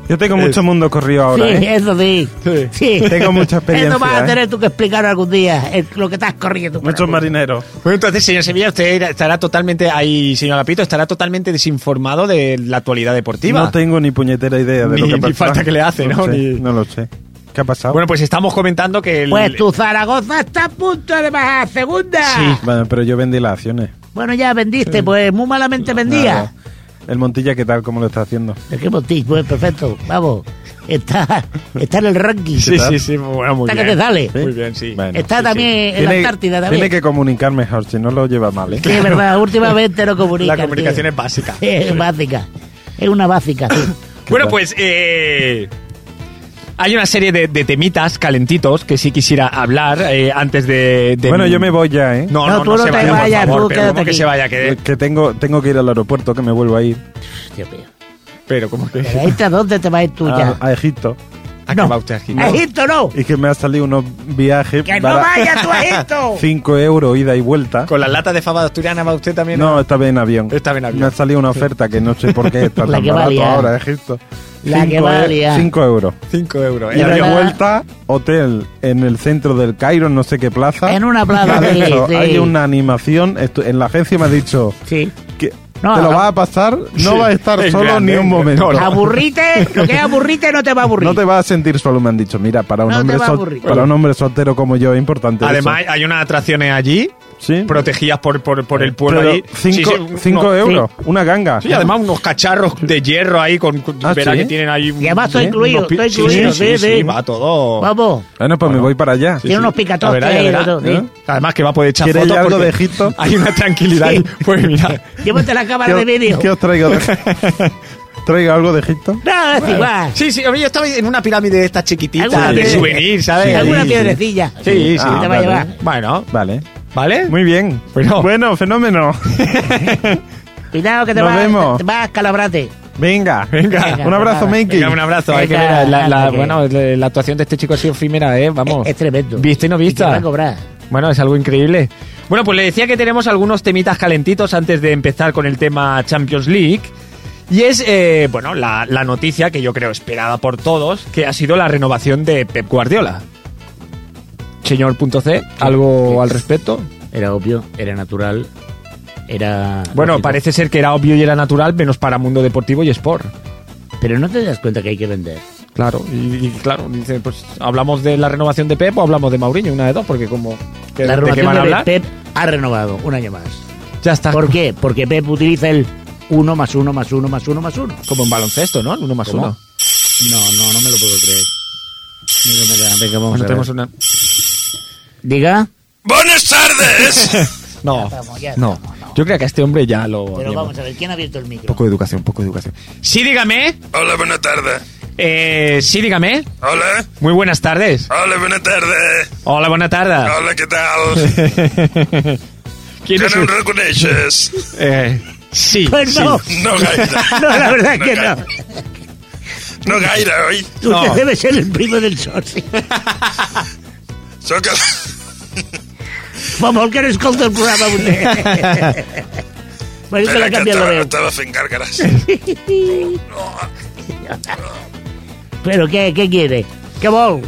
C: Yo tengo mucho mundo corrido ahora,
B: sí,
C: ¿eh?
B: eso sí.
A: Sí.
B: Sí.
C: Tengo mucha experiencia,
B: Eso vas a
C: ¿eh?
B: tener tú que explicar algún día eh, lo que estás corriendo. tú.
C: Muchos marineros.
A: Bueno, entonces, señor Sevilla, usted era- estará totalmente ahí, señor Agapito, estará totalmente desinformado de la actualidad deportiva.
C: No tengo ni puñetera idea de
A: Ni-
C: lo que
A: ni
C: pasa.
A: falta que le hace, ¿no?
C: sé,
A: Ni-
C: no lo sé. ¿Qué ha pasado?
A: Bueno, pues estamos comentando que el,
B: Pues tu Zaragoza está a punto de bajar a segunda.
A: Sí.
C: Bueno, pero yo vendí las acciones.
B: Bueno, ya vendiste, pues muy malamente vendías.
C: Nada. El Montilla, ¿qué tal? ¿Cómo lo está haciendo?
B: Es que Montijo, pues perfecto, vamos. Está, está en el ranking.
A: Sí,
C: tal?
A: sí, sí, bueno, muy
B: Está que
A: bien.
B: te sale.
A: Muy bien, sí.
C: Bueno,
B: está
C: sí,
B: también
C: sí.
B: Eh, en
C: Tiene-
B: la Antártida también.
C: Tiene que comunicar mejor, si no lo lleva mal, ¿eh?
B: Sí, es verdad, últimamente no comunica.
A: La comunicación es básica.
B: es básica. Es una básica. sí.
A: Bueno,
C: tal?
A: pues eh, hay una serie de, de temitas calentitos que sí quisiera hablar eh, antes de, de-
C: Bueno, yo me voy ya, ¿eh?
A: No,
B: No,
A: no,
B: tú
A: no
B: no
A: se
B: te
A: vaya,
B: vayas,
A: por favor,
B: tú
A: pero
B: quédate
A: ¿cómo que
B: aquí.
A: se vaya, que
C: Eh, Que tengo, tengo que ir al aeropuerto, que me vuelvo a ir.
B: Hostia, pero-
A: pero como que
B: pero ¿esta dónde te vas a ir tú
C: A,
B: ya?
C: a Egipto.
A: Ah, que va usted aquí.
B: ¡A Egipto no!
C: Y que me ha salido unos viajes.
B: ¡Que no vayas tú a Egipto!
C: 5 euros ida y vuelta.
A: Con las latas de fava asturiana va usted también.
C: No, esta vez en avión.
A: Esta vez en avión.
C: Me ha salido una oferta que no sé por qué está
B: La
C: tan
B: que va a
C: barato
B: liar.
C: ahora, Egipto.
B: La que va a liar.
C: 5 euros.
A: 5 euros.
B: Y
A: Eh,
C: Ida y
B: verdad-
C: vuelta, hotel en el centro del Cairo, en no sé qué plaza.
B: En una plaza,
C: Me han
B: sí,
C: dicho,
B: sí.
C: Hay una animación. esto- en la agencia me ha dicho
B: Sí.
C: que
B: No,
C: te lo
B: no.
C: vas a pasar, no
A: Sí,
C: vas a estar
A: es
C: solo
A: grande,
C: ni un
A: es
C: momento.
A: grande.
B: Aburrite, lo que es aburrite no te va a aburrir.
C: No te vas a sentir solo, me han dicho. Mira, para un,
B: No te
C: hombre,
B: va a
C: sol-
B: aburrir.
C: para un hombre soltero como yo es importante.
A: Además,
C: eso.
A: hay unas atracciones allí,
C: Sí.
A: protegidas por, por, por el pueblo
C: Pero
A: allí. Sí,
C: cinco,
A: sí, uno-
C: cinco euros, una ganga.
A: Sí, además unos cacharros de hierro ahí con, con-
C: Ah,
A: verá
C: ¿sí?
A: que tienen ahí un-
B: Y además estoy
A: unos
B: incluido,
A: pi-
B: estoy
A: sí,
B: incluido,
A: sí, sí,
B: sí, sí.
A: sí, va todo.
B: Vamos.
C: Bueno, pues me voy para allá.
B: Tiene unos picatotes
A: A ver, a ver,
B: ahí,
A: a ver.
C: ¿eh?
B: ¿no?
A: Además que va a poder echar
C: ¿Quieres
A: fotos
C: ya algo
A: porque
C: de Egipto?
A: Hay una tranquilidad.
B: Sí.
A: Pues mira,
B: Llévate la cámara
C: ¿Qué,
B: de
C: os-
B: vídeo.
C: qué os traigo? de- ¿Traigo algo de Egipto?
B: No, es igual.
A: Sí, sí, a mí yo estaba en una pirámide de estas chiquititas,
B: Alguna
A: de
B: piedra-
A: souvenir, ¿sabes?
C: Sí,
B: Alguna
C: sí.
B: piedrecilla.
A: Sí, sí.
B: que Te va a
C: Ah, vale.
B: llevar.
A: Bueno,
C: Vale.
A: ¿vale?
C: Muy bien.
A: Bueno.
C: Bueno, fenómeno.
B: Cuidado que te
C: Nos
B: vas,
C: vemos.
B: te vas a calabrate.
C: Venga.
A: Venga.
C: Un abrazo,
B: Venga,
C: Mikey.
A: Venga, un abrazo. Hay que
B: Venga,
A: ver, la, la-
B: ok.
A: bueno, la la actuación de este chico ha sido efímera, ¿eh? Vamos.
B: Es, es tremendo.
A: ¿Viste y no
B: Y te va
A: vista?
B: a cobrar.
A: Bueno, es algo increíble. Bueno, pues le decía que tenemos algunos temitas calentitos antes de empezar con el tema Champions League. Y es, eh, bueno, la, la noticia que yo creo esperada por todos, que ha sido la renovación de Pep Guardiola. Señor punto C, ¿algo al respecto?
B: Era obvio, era natural, era...
A: Bueno,
B: lógico.
A: parece ser que era obvio y era natural, menos para Mundo Deportivo y Sport.
B: Pero no te das cuenta que hay que vender.
A: Claro, y, y claro, dice, pues hablamos de la renovación de Pep o hablamos de Mauriño, una de dos, porque como que-
B: La
A: de qué van a
B: renovación de
A: hablar,
B: Pep ha renovado un año más.
A: ya está
B: ¿Por qué? Porque Pep utiliza el 1 más 1 más 1 más 1 más 1.
A: como en baloncesto, ¿no? Uno más
B: ¿Cómo?
A: uno.
B: No, no, no me lo puedo creer. No me da- venga, vamos
A: No
B: a ver.
A: tenemos una-
B: Diga.
D: Buenas tardes.
A: No,
B: estamos, ya
A: no.
B: estamos, no.
A: Yo creo que a este hombre ya lo.
B: Pero vamos a ver, ¿quién ha abierto el micro?
A: Poco de educación, poco de educación. Sí, dígame.
D: Hola, buenas tardes.
A: Eh, sí, dígame.
D: Hola.
A: Muy buenas tardes.
D: Hola, buenas tardes.
A: Hola, buena tarde.
D: Hola, ¿qué tal?
A: ¿Quién
D: ¿Ya
A: es
D: no me
A: usted?
D: reconoces?
A: Eh, sí.
B: Pues
A: sí.
B: no.
D: No, Gaira.
B: No, la verdad que no.
D: No, Gaira, hoy.
B: Tú
A: No.
B: debes ser el primo del socio.
D: Sóc el...
B: Por favor, que no escolta el programa. Pues vostè. Per això l'ha
D: Espera, que
B: canviat la
D: estava,
B: veu.
D: estava fent gàrgares.
B: Però què, què quiere? Què vol?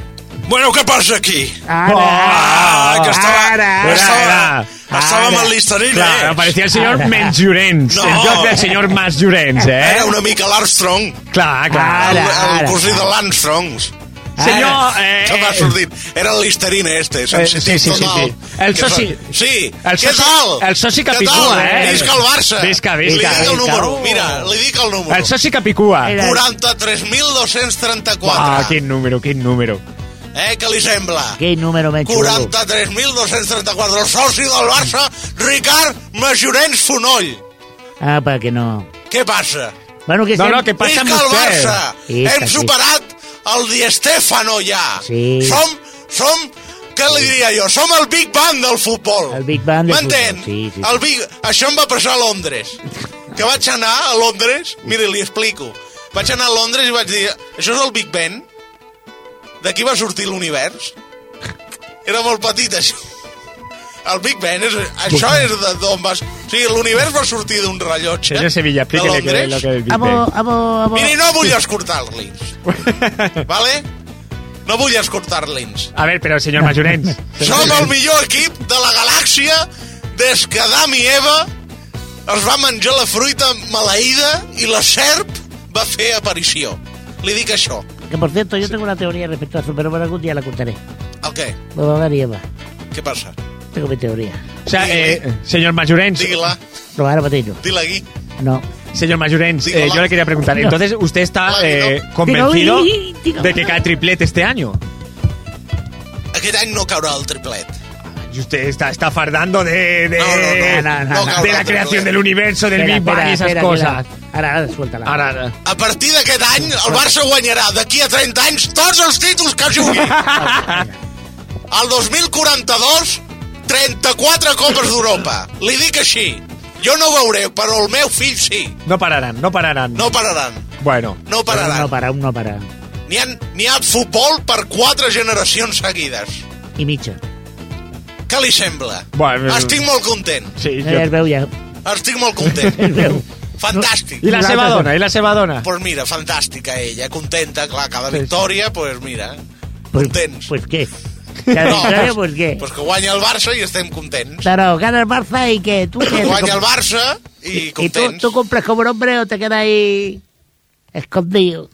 D: Bueno, què passa aquí?
B: Ara,
A: Ah,
D: Ah, que estava...
B: ara,
A: Era,
D: estava,
A: era.
D: Estava amb el Listerine,
A: Clar,
D: eh?
A: aparecia el señor Menjurens,
D: No.
A: en lloc del señor Mas Llorenç, eh?
D: Era una mica l'Armstrong,
A: Clar, clar.
D: el,
B: Ara,
D: el
B: ara.
D: cosí de l'Armstrong.
A: Senyor... Eh,
D: Se m'ha sortit. Era el Listerine este,
A: Eh,
D: sense
A: sí,
D: sentit
A: sí, sí,
D: total.
A: sí. El
D: Que
A: soci-
D: fa- Sí,
A: el
D: què
A: soci-
D: tal?
A: el soci
D: Què tal?
A: capicua, eh?
D: Visca el Barça.
A: Visca, visca,
D: Li dic el
A: visca.
D: número,
A: Oh.
D: mira, li dic el número.
A: el soci Capicua.
B: Era-
D: 43.234.
A: Ah, quin número, quin número.
D: Eh, què li sembla?
B: Quin número me chulo.
D: 43.234. El soci del Barça, Ricard Majorens Fonoll.
B: Ah, para que no.
D: Què passa?
B: Bueno, que
A: No,
B: se-
A: no, que passa amb
D: Visca el
A: vostè.
D: Barça!
B: Sí, sí.
D: Hem superat el Di Stefano ja!
B: Sí.
D: Som, som, què li diria jo? Som el Big Bang del futbol!
B: El Big Bang del
D: M'entén?
B: futbol, sí, sí, sí.
D: El Big... Això em va passar a Londres. Que vaig anar a Londres... Mira, li explico. Vaig anar a Londres i vaig dir... Això és el Big Bang? D'aquí va sortir l'univers? Era molt petit, això. El Big Ben, és, això és de- d'on vas... O sigui, l'univers va sortir d'un rellotge.
A: És de Sevilla, explíquele que
D: Londres.
A: lo que dice.
B: Vamos, vamos, vamos.
D: Miri, no vull escortar-li. vale? No vull escortar-li.
C: Ah,
A: A ver, pero señor Majorens.
D: Som el millor equip de la galàxia des que Adam i Eva es va menjar la fruita maleïda i la serp va fer aparició. Li dic això.
B: Que por cierto, yo tengo una teoría respecto a eso, pero por algún día la contaré.
D: El què?
B: Lo va a dar y Eva.
D: Què passa?
B: Tengo mi teoría.
A: O sea, eh, señor Majorens,
D: Digue-la.
B: No, ahora para ti no.
D: Digue-la aquí.
B: No.
A: señor Majorens,
D: Dígala.
A: eh, yo le quería preguntar, entonces usted está
D: Dígala,
A: eh,
D: dígala.
A: convencido
B: Dígala, dígala.
A: de que cae triplete este año.
D: Aquest any no caurà el triplet.
A: Y usted está, está fardando de, de,
D: No, no, no.
B: No, no, no.
A: de la
D: caurà el
A: creación
D: triplet.
A: del universo, del Big Bang y esas
B: espera,
A: cosas.
B: que la- Ahora, ahora, suéltala.
A: Ahora, ahora.
D: A partir d'aquest any, el Barça guanyarà d'aquí a 30 anys tots els títols que jugui. Al 2042, 34 Copes d'Europa. Li dic així. Jo no ho veuré, però el meu fill sí.
A: no pararán, no pararán.
D: No pararan.
A: Bueno,
B: Aún
D: No
B: no
D: pararan.
B: para, aún no para.
D: N'hi ha, n'hi ha futbol per quatre generacions seguides.
B: Y Micha.
D: Què li sembla?
A: Bueno,
D: Estic molt content.
A: sí. yo-
B: Eh, El veu ya.
D: Estic molt content.
B: El veu.
D: Fantàstic.
A: ¿Y la
B: La otra
A: cebadona? ¿Y la cebadona?
D: Pues mira, fantàstica ella, contenta, clar, cada
A: sí.
D: victòria, pues mira,
B: Pues,
D: contents.
B: pues qué. Claro,
D: No,
B: claro,
D: pues-
B: pues qué.
D: Pues que guanya el Barça i estem contents.
B: Claro, gana el Barça y que
A: Pues
B: tú qué.
D: Guanya el Barça i
B: ¿Y tú,
D: contents.
B: tú compras como un hombre o te quedas ahí escondido?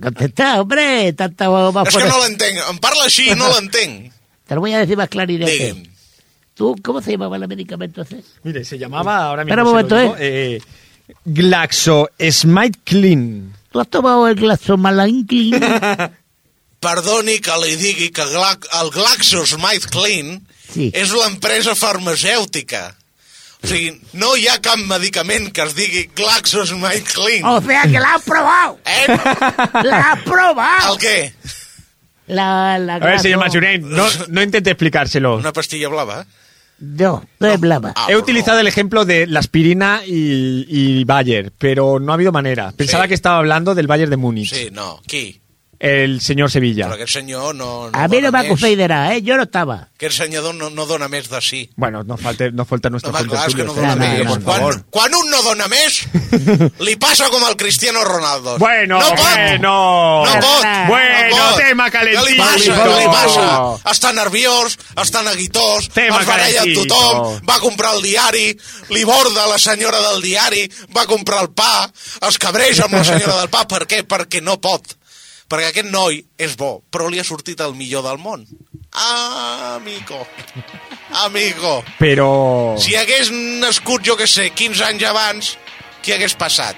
B: Contesta, hombre, tanta más
D: És que no l'entenc. Em parla així i no l'entenc.
B: Te lo voy a decir más clarinete.
D: Digue'm.
B: ¿Tú cómo se llamaba el medicamento ese?
A: Mire, se llamaba ahora mismo.
B: Espera un
A: se lo
B: momento,
A: digo, eh, Glaxo Smite Clean.
B: ¿Tú has tomado el glaxomalanquín?
D: Perdoni que li digui que Gla el GlaxoSmithKline
B: Sí.
D: és l'empresa farmacèutica. O sigui, no hi ha cap medicament que es digui GlaxoSmithKline.
B: o sea que la has probado.
D: Eh?
B: ¡La has probado!
D: El què?
B: La, la
A: A ver, señor
B: glaxo-
A: Machurein, no, no intente explicárselo.
D: Una pastilla blava?
B: No, no es blava.
D: Ah,
A: He
D: però
A: utilizado el ejemplo de la aspirina y, y Bayer, pero no ha habido manera. Pensaba
D: Sí.
A: que estaba hablando del Bayer de
D: No.
A: Múnich,
D: Sí, no. Qui?
A: el señor Sevilla.
D: Però aquest senyor no... no
B: A mí no me
D: dona
B: ha
D: més.
B: considerado, ¿eh? Yo no estaba.
D: Aquest senyor no, no dona més de sí.
A: Bueno, no falte, no falta
D: No,
A: nuestro
D: home, clar, és que no
B: no,
D: dona
B: no, no,
D: més.
B: no.
A: por favor.
D: Quan, quan un no dona més, li passa com al Cristiano Ronaldo.
A: Bueno,
D: no pot.
A: bueno.
D: No pot.
A: Bueno,
D: no pot.
A: tema
D: Què li passa?
A: calentito.
D: Què li passa? Està nerviós, està neguitós,
A: Tema
D: es baralla amb
A: calentito.
D: tothom, va comprar el diari, li borda la senyora del diari, va comprar el pa, es cabreja amb la senyora del pa. Per què? Perquè no pot. Perquè aquest noi és bo, però li ha sortit el millor del món. Ah, amico. Amigo.
A: Pero...
D: Si hagués nascut, jo que sé, 15 anys abans, què hagués passat?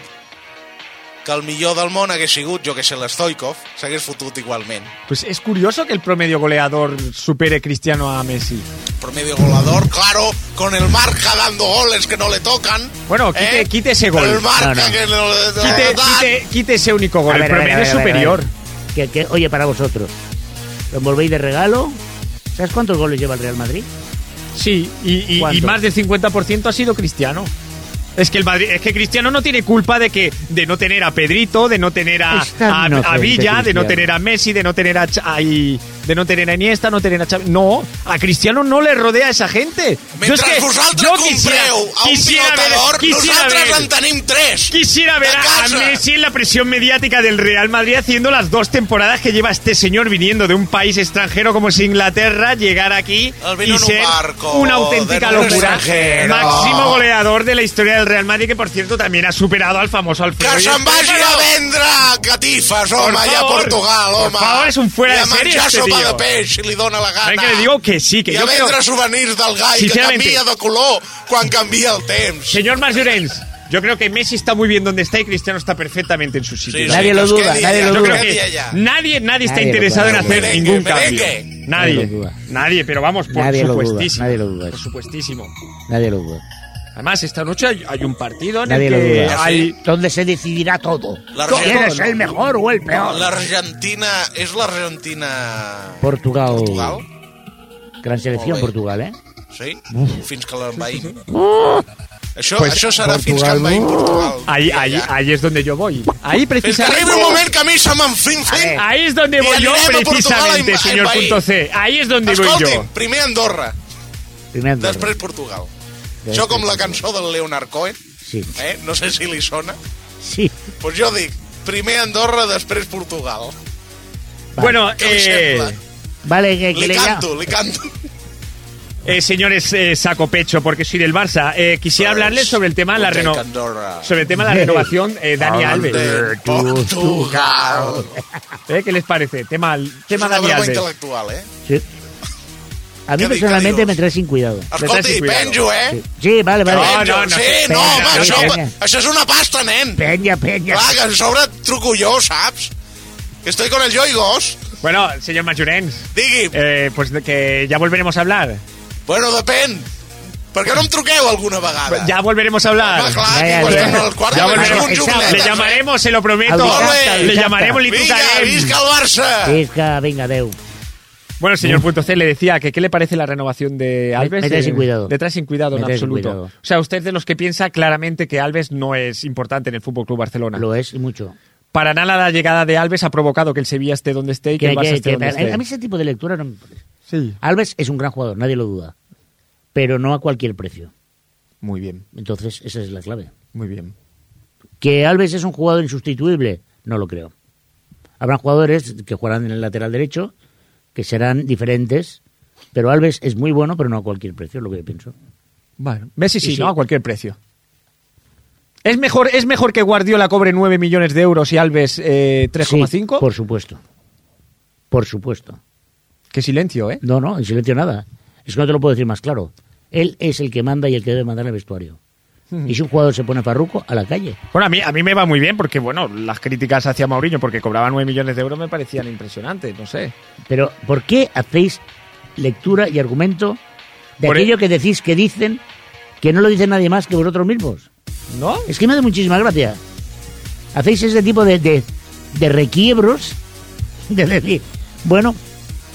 D: Que el millor del món hagués sigut, jo que sé, l'Stoikov, s'hagués fotut igualment.
A: Pues es curioso que el promedio goleador supere Cristiano a Messi.
D: Promedio golador, claro, con el marca dando goles que no le tocan.
A: Bueno, quite- quite ese gol.
D: ¿Eh? El marca
B: No, no.
D: que no le tocan.
A: Quite, quite- quite ese único gol.
B: A ver,
A: el
B: a ver,
A: promedio
B: a ver,
A: es
B: a ver, a ver.
A: superior.
B: Que, que, oye, para vosotros, ¿lo envolvéis de regalo? ¿Sabes cuántos goles lleva el Real Madrid?
A: Sí, y, y- y
B: ¿Cuánto?
A: más del 50% ha sido Cristiano. Es que el Madrid, es que Cristiano no tiene culpa de que de no tener a Pedrito, de no tener a,
B: Es tan
A: a- a
B: inocente,
A: Villa, de no
B: Cristiano.
A: tener a Messi, de no tener a, Ch- ay, de no tener a Iniesta, no tener a Xavi. No, a Cristiano no le rodea esa gente. Yo es
D: Mentre
A: que-
D: vosaltres
A: yo quisiera-
D: compreu a un
A: quisiera ver-
D: pilotador,
A: quisiera
D: nosaltres
A: ver-
D: en tenim tres.
A: Quisiera ver
D: De
A: a, a
D: casa.
A: Messi en la presión mediática del Real Madrid haciendo las dos temporadas que lleva este señor viniendo de un país extranjero como es Inglaterra, llegar aquí
D: Él vino
A: y
D: en un
A: ser
D: barco,
A: una auténtica
D: de un
A: locura.
D: extranjero.
A: Máximo goleador de la historia del Real Madrid, que por cierto también ha superado al famoso Alfredo.
D: Que se'n
A: Yepes,
D: vagi
A: pero-
D: a vendre catifes, home, allà a
A: favor.
D: Portugal,
A: Por
D: home.
A: favor, és un fuera
D: I
A: de
D: a
A: serie
D: menjar
A: este
D: sopa
A: tío.
D: de peix, si li dona la gana.
A: Ven que le digo que sí, que
D: I
A: yo
D: a
A: creo-
D: vendre souvenirs del gai, que
A: Sinceramente.
D: canvia de color quan canvia el temps.
A: Señor Mas Llorens, yo creo que Messi está muy bien donde está y Cristiano está perfectamente en su sitio.
D: Sí, sí,
B: Nadie
D: que
B: lo
D: es
B: duda,
D: quedi
B: nadie
D: allà,
B: lo
A: Yo
B: duda.
A: creo
D: que quedi
A: que
D: allá.
A: nadie, nadie está
B: Nadie lo
A: interesado en
B: duda.
A: hacer
D: Merengue,
A: ningún
D: merengue.
A: cambio. Nadie.
B: Nadie lo duda.
A: Nadie, pero vamos, por
B: Nadie lo duda,
A: supuestísimo.
B: nadie lo duda.
A: Por supuestísimo.
B: Nadie lo duda.
A: Además, esta noche hay, hay un partido en
B: Nadie
A: el
B: lo
A: que
B: duda.
A: hay.
B: Donde se decidirá todo.
D: La
B: ¿Quién
D: Argentina-
B: es el mejor o el peor?
D: L'Argentina... És l'Argentina...
B: Portugal.
D: Portugal?
B: Gran selección
D: Molt bé.
B: Portugal, ¿eh?
D: Sí? Fins que l'envaïm. Això, això serà fins que envaïm Portugal.
A: Ahí,
D: Ja,
A: ahí,
D: ja.
A: ahí es donde yo voy. Ahí
D: Fins que arribi
A: precisamente.
D: un moment que a mi se m'enfinfin.
A: Ahí es donde voy
D: Y
A: yo,
D: anirem a Portugal
A: precisamente,
D: en-
A: señor
D: en país.
A: punto C. Ahí es donde voy yo.
D: Escolti'm, primer Andorra,
B: Primer
D: després Portugal. Això com la cançó del Leonard Cohen,
B: Sí.
D: eh? no sé si li sona.
B: Sí.
D: Doncs pues jo dic, primer Andorra, després Portugal.
A: Bueno,
D: Què li
A: eh,
D: sembla?
B: Vale, que, que
D: Li
B: le llamo.
D: canto, li canto.
A: eh, señores, eh, saco pecho, porque soy del Barça. Eh, quisiera
D: Pues,
A: hablarles sobre el tema de la
D: Potec
A: renovación.
D: Andorra.
A: Sobre el tema de la renovación, eh, Dani Alves.
D: De Portugal.
A: ¿Eh? ¿Qué les parece? Tema,
D: És
A: tema
D: una
A: Dani
D: vergonya
A: Alves.
D: intel·lectual, eh?
B: Sí. A mí
D: ¿Qué di- qué
B: personalmente
D: digo?
B: me trae sin cuidado.
A: Detalles
D: Escolti,
A: i cuidado.
D: penjo, eh?
B: Sí, Sí, vale, vale.
A: No,
D: Penjo.
A: no, no.
D: Sí,
A: Penya,
D: no, home,
A: no,
D: això,
B: penya.
D: això és una pasta, nen.
B: Peña, peña.
D: Clar, que a sobre et truco jo, saps? Estoy con el yo y gos.
A: Bueno, señor Majorens,
D: Digui,
A: eh, pues de que ya volveremos a hablar.
D: bueno, depèn. Per què no em truqueu alguna vegada?
A: Ya volveremos a hablar. Eh,
D: Home, clar,
B: Ja, ja,
D: aquí quan
B: ja.
D: estem al quart
A: Ya
D: de
B: volveremos.
D: baix, un
B: Exacte.
D: jublet.
A: Le llamaremos, se lo prometo.
D: Ole.
A: Le
B: Exacte.
A: llamaremos y
D: Vinga, visca
A: trucaremos.
D: el Barça!
B: Venga, venga, Deu.
A: Bueno, señor Punto C, le decía que qué le parece la renovación de Alves.
B: me trae
A: Eh,
B: sin cuidado.
A: Le trae sin cuidado,
B: Me
A: en
B: trae sin
A: absoluto.
B: cuidado.
A: O sea, usted es de los que piensa claramente que Alves no es importante en el Fútbol Club Barcelona.
B: Lo es y mucho.
A: Para nada la llegada de Alves ha provocado que el Sevilla esté donde esté y este que,
B: Que-
A: el Barça
B: que-
A: esté
B: que-
A: donde esté.
B: a, a mí ese tipo de lectura no me parece.
A: Sí.
B: Alves es un gran jugador, nadie lo duda. Pero no a cualquier precio.
A: Muy bien,
B: Entonces, esa es la clave.
A: muy bien.
B: ¿Que Alves es un jugador insustituible? No lo creo. Habrá jugadores que jugarán en el lateral derecho, que serán diferentes, pero Alves es muy bueno, pero no a cualquier precio, es lo que yo pienso.
A: Bueno, Messi sí,
B: Sí, sí.
A: ¿no? A cualquier precio. ¿Es mejor, ¿Es mejor que Guardiola cobre 9 millones de euros y Alves eh,
B: Sí,
A: 3,5?
B: por supuesto. Por supuesto.
A: Qué silencio, ¿eh?
B: No, no, en silencio nada. Es que no te lo puedo decir más claro. Él es el que manda y el que debe mandar en el vestuario. Y si un jugador se pone farruco, a la calle.
A: Bueno, a mí, a mí me va muy bien porque, bueno, las críticas hacia Mauriño porque cobraba 9 millones de euros me parecían impresionantes, no sé.
B: Pero, ¿por qué hacéis lectura y argumento de
A: Por e-
B: aquello que decís que dicen, que no lo dice nadie más que vosotros mismos?
A: ¿No?
B: Es que me hace muchísima gracia. Hacéis ese tipo de, de, de requiebros, de decir, bueno,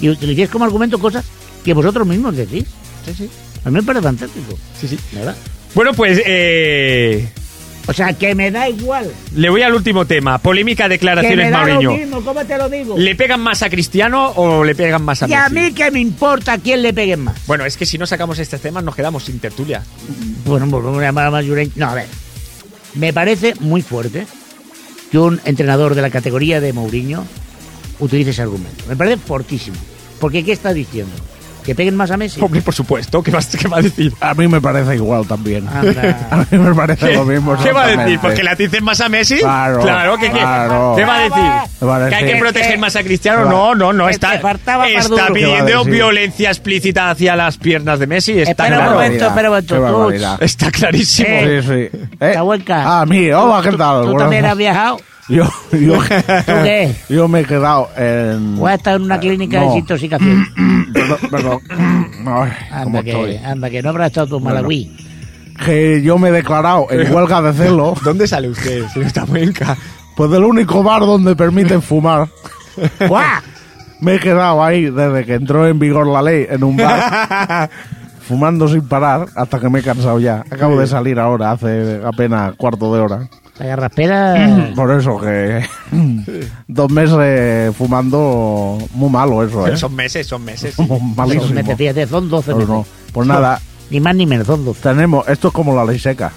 B: y utilicéis como argumento cosas que vosotros mismos decís.
A: Sí, sí.
B: A mí me parece fantástico.
A: sí, sí.
B: ¿verdad?
A: Bueno, pues eh,
B: O sea, que me da igual.
A: le voy al último tema. Polémica
B: Que me
A: declaraciones
B: da lo
A: Mauriño.
B: mismo, ¿cómo te lo digo?
A: ¿Le pegan más a Cristiano o le pegan más a
B: y a
A: Messi?
B: mí que me importa a quién le peguen más.
A: Bueno, es que si no sacamos este tema nos quedamos sin tertulia.
B: Bueno, volvemos a llamar a Mayorense. No, a ver. Me parece muy fuerte que un entrenador de la categoría de Mourinho utilice ese argumento. Me parece fortísimo. Porque ¿qué está diciendo? ¿Que peguen más a Messi?
A: Hombre, por supuesto, ¿qué, vas, qué va a decir?
C: A mí me parece igual también.
B: Anda.
C: A mí me parece
A: ¿Qué,
C: lo mismo.
A: qué va a decir?
C: exactamente.
A: ¿Porque le aticen más a Messi?
C: Claro,
A: que, que-
C: claro.
A: ¿Qué va a decir?
C: Me parece-
A: ¿Que hay que proteger más a Cristiano?
C: Que va-
A: No, no, no.
B: que
A: Está,
B: te faltaba
A: está
B: Pardugo.
C: Que va
A: pidiendo
C: a decir.
A: violencia explícita hacia las piernas de Messi. Está
B: Espera un
A: claro.
B: momento, espera un momento.
C: Qué
B: Tú-
C: barbaridad.
A: Está clarísimo.
B: Eh.
C: Sí, sí. Eh,
B: Tahuelca.
C: A mí, hola, ¿qué
B: Tú-
C: tal? Mm.
B: ¿Tú,
C: Buenas-
B: también has viajado?
C: Yo, yo,
B: qué?
C: yo me he quedado en.
B: ¿O has estado en una clínica
C: Eh, no.
B: de intoxicación?
C: Perdón, perdón. Ay, cómo
B: Anda que,
C: estoy.
B: anda que no habrás estado tú en Malawi.
C: Que yo me he declarado en huelga de celo,
A: ¿Dónde sale usted, señor Tamuenca?
C: pues del único bar donde permiten fumar.
B: ¡Guau!
C: Me he quedado ahí desde que entró en vigor la ley en un bar. fumando sin parar hasta que me he cansado ya. Acabo de salir ahora, hace apenas cuarto de hora.
B: La garrapera.
C: Por eso que dos meses fumando, muy malo eso, ¿eh?
A: Pero son meses, son meses.
C: Malísimo.
B: Son meses, fíjate, son 12
C: Pues
B: meses.
C: no. Pues nada,
B: Ni más ni menos, son 12.
C: tenemos, esto es como la ley seca.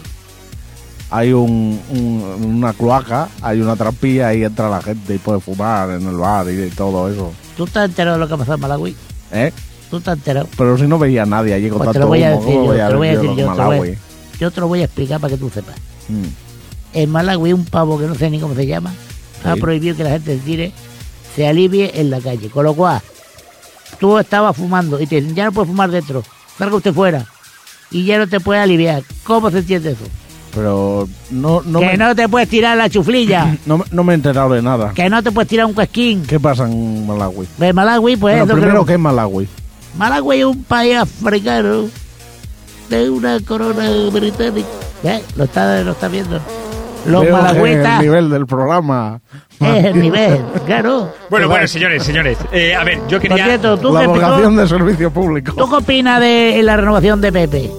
C: Hay un- un- una cloaca, hay una trampilla, ahí entra la gente y puede fumar en el bar y todo eso.
B: ¿Tú te has enterado de lo que ha pasado en Malawi?
C: ¿Eh?
B: ¿Tú te has enterado?
C: Pero si no veía a nadie allí con
B: Pues te
C: tanto
B: lo voy a
C: humo,
B: decir
C: ¿cómo
B: yo,
C: voy a
B: te lo voy a
C: ver
B: decir yo,
C: los
B: te lo voy a-
C: Malawi?
B: yo te lo voy a explicar para que tú sepas.
C: Mm.
B: En Malawi un pavo que no sé ni cómo se llama ha
C: Sí.
B: prohibido que la gente se tire, se alivie en la calle. Con lo cual, tú estabas fumando y te dicen, ya no puedes fumar dentro, salga usted fuera. Y ya no te puedes aliviar. ¿Cómo se entiende eso?
C: Pero no, no,
B: que
C: me,
B: no te puedes tirar la chuflilla.
C: no me- no me he enterado de nada. ¿Qué,
B: que no te puedes tirar un cuesquín.
C: pasa en Malawi?
B: En Malawi, pues...
C: Bueno,
B: eso que
C: primero,
B: no-
C: ¿qué es Malawi?
B: Malawi es un país africano de una corona británica. ¿Eh? Lo está, lo está viendo. Los
C: Veo que
B: malagüitas Eh,
C: El nivel del programa.
B: es el nivel, claro.
A: Bueno, bueno, señores, señores. eh, a ver, yo
B: Por
A: quería.
B: cierto, ¿tú
C: la
B: qué,
C: vocación de servicio público.
B: ¿tú qué opinas de la renovación de Pepe?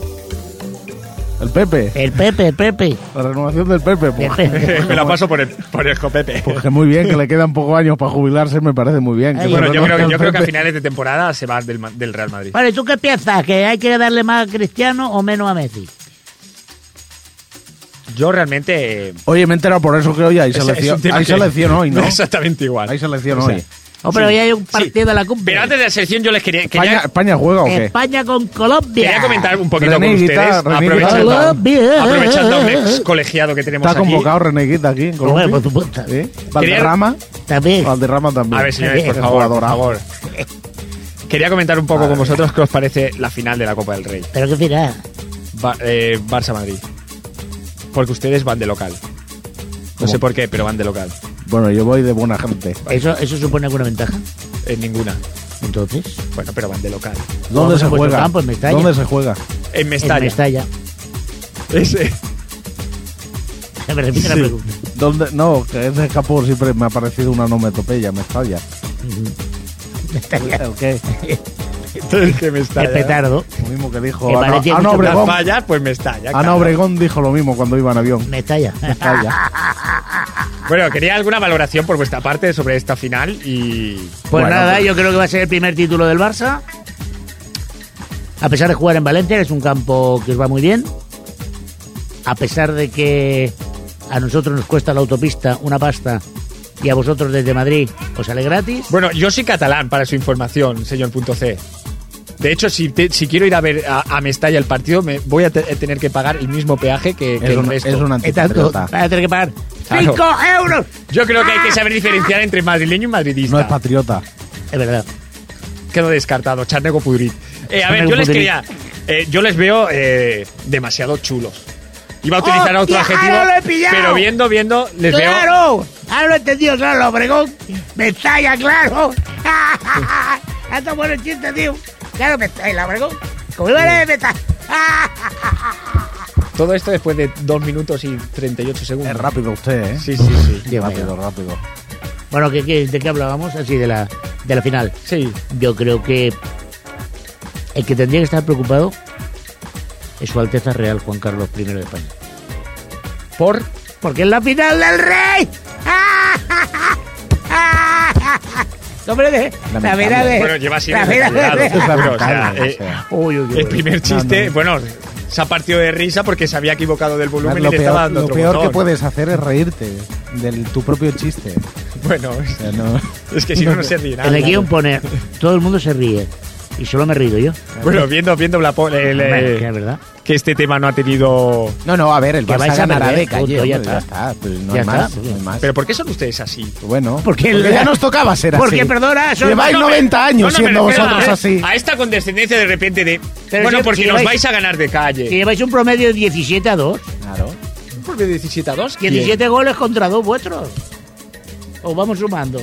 C: El Pepe.
B: El Pepe, el Pepe.
C: La renovación del Pepe.
B: El
C: Pues,
B: Pepe.
A: Me la paso por el, por el copepe.
C: pues que muy bien, que le quedan pocos años para jubilarse, me parece muy bien.
B: Ay,
C: Que
A: Bueno,
C: se
A: yo
C: reconozca
A: creo, yo
C: el
A: creo que a
C: Pepe.
A: finales de temporada se va del, Ma- del Real Madrid.
B: Vale, ¿tú qué piensas? ¿Que hay que darle más a Cristiano o menos a Messi?
A: Yo realmente. eh,
C: Oye, me he enterado por eso que hoy hay
A: es- es
C: selección,
A: un tema
C: hay
A: que-
C: selección hoy, ¿no?
A: Exactamente igual.
C: Hay selección
A: O sea,
C: hoy.
B: Oh, pero
A: Sí,
B: ya hay un
A: sí.
B: partido de la cumbre.
A: Pero antes de la selección, yo les quería,
C: ¿España,
A: quería,
C: ¿España juega o qué?
B: España con Colombia.
A: quería comentar un poquito
C: René
A: con ustedes.
C: Guita, René Guita.
A: aprovechando,
B: Colombia.
A: aprovechando a un ex colegiado que tenemos
C: Está
A: aquí.
C: convocado Reneguita aquí en Colombia.
B: Bueno, por supuesto.
C: ¿Eh? Valderrama.
B: También.
A: Ah.
C: Valderrama también.
A: A ver, señores, por
C: Es
A: favor, por
C: jugadora.
A: favor. Quería comentar un poco con vosotros qué os parece la final de la Copa del Rey.
B: Pero qué final.
A: Ba- eh, Barça-Madrid. Porque ustedes van de local. No
C: ¿Cómo?
A: sé por qué, pero van de local.
C: Bueno, yo voy de buena gente.
B: ¿Eso, ¿Eso supone alguna ventaja?
A: En ninguna.
B: Entonces,
A: Bueno, pero van de local.
C: ¿Dónde
B: Vamos
C: se
B: a vuestro
C: juega?
B: campo, en Mestalla.
C: ¿Dónde se juega?
A: En
B: en
A: Mestalla.
B: Mestalla.
A: Ese.
B: Me repite la
C: Sí.
B: pregunta.
C: ¿Dónde? No, que ese campo siempre me ha parecido una onomatopeya, Mestalla.
B: Mestalla.
C: ¿El qué?
A: El que
B: El
A: Mestalla.
B: petardo.
C: Lo mismo que dijo
B: Que
C: Ana,
B: parecía
C: Ana
B: Eh, mucho
A: Las
C: Obregón.
A: fallas, pues Mestalla.
C: Ana
A: claro.
C: Obregón dijo lo mismo cuando iba en avión.
B: Mestalla. Ah,
C: Mestalla.
A: Bueno, quería alguna valoración por vuestra parte sobre esta final y.
B: Pues
C: Bueno,
B: nada,
C: pues-
B: yo creo que va a ser el primer título del Barça. A pesar de jugar en Valencia, que es un campo que os va muy bien. A pesar de que a nosotros nos cuesta la autopista una pasta y a vosotros desde Madrid os sale gratis.
A: Bueno, yo soy catalán, para su información, señor punto C. De hecho, si, te- si quiero ir a ver a, a Mestalla el partido, me voy a te- eh, tener que pagar el mismo peaje que, que
C: Es
A: el
C: una,
A: resto.
C: es una
B: Es tanto,
C: antipatriota.
B: vas a tener que pagar
A: Claro.
B: 5 euros.
A: Yo creo que hay que saber diferenciar entre madrileño y madridista.
C: No es patriota.
B: Es verdad.
A: Quedó descartado, Charnego Pudrit. Eh, a ver,
B: Charnego
A: yo les
B: Pudrit.
A: quería. eh, yo les veo eh, demasiado chulos. Iba a utilizar otro
B: ¡Hostia,
A: adjetivo,
B: ¡Oh, ahora lo he pillado!
A: pero viendo, viendo, les veo.
B: ¡Claro! Ahora lo he entendido, claro, Obregón. Mestalla, claro. Esto es bueno chiste, tío. Claro, Mestalla, Obregón. Como iba a Mestalla.
A: Todo esto después de 2 minutos y 38 segundos.
C: Es rápido usted, ¿eh?
A: Sí, sí, sí.
C: rápido, rápido.
B: Bueno, ¿qué- qué- ¿de qué hablábamos? Así, de la, de la final.
A: Sí.
B: Yo creo que el que tendría que estar preocupado es Su Alteza Real Juan Carlos I de España.
A: Por.
B: Porque es la final del rey. Hombre, de- la
C: Lamentable.
B: vera de...
A: Bueno, lleva siendo
B: la vera
A: desayunado.
B: de-
C: Es
A: Pero, o sea,
C: lamentable,
A: eh,
C: o sea.
B: Uy, uy, uy.
A: El primer chiste, bueno, se ha partido de risa porque se había equivocado del volumen
C: Lo
A: y le estaba
C: peor,
A: dando
C: lo
A: otro
C: peor
A: botón.
C: que puedes hacer es reírte de tu propio chiste.
A: Bueno,
C: O sea, no-
A: es que si no, no se ríe nada.
B: En el guión pone, todo el mundo se ríe. Y solo me he reído yo.
A: Bueno, viendo, viendo la po- el, eh,
B: Hombre, que es verdad.
A: que este tema no ha tenido...
C: No, no, a ver, el
B: Que vais
C: Barça
B: a
C: ganará
B: perder,
C: de calle.
B: punto, ya
C: hombre,
B: está.
C: pues
B: Ya
C: no hay
B: está.
C: más. no hay más.
A: ¿Pero por qué son ustedes así?
C: bueno,
B: Porque el-
C: ya nos tocaba ser así.
B: Porque, perdona, son-
C: Lleváis
B: no,
A: me-
C: 90 años
A: no, no, me
C: siendo
A: refiero
C: vosotros
A: a,
C: así.
A: A esta condescendencia de repente de...
B: Pero
A: bueno,
B: si-
A: porque
B: si
A: nos
B: vais-
A: vais a ganar de calle.
B: Que lleváis un promedio de 17 a 2.
C: Claro.
A: ¿Por qué 17 a 2?
B: 17 goles contra 2 vuestros. Os vamos sumando.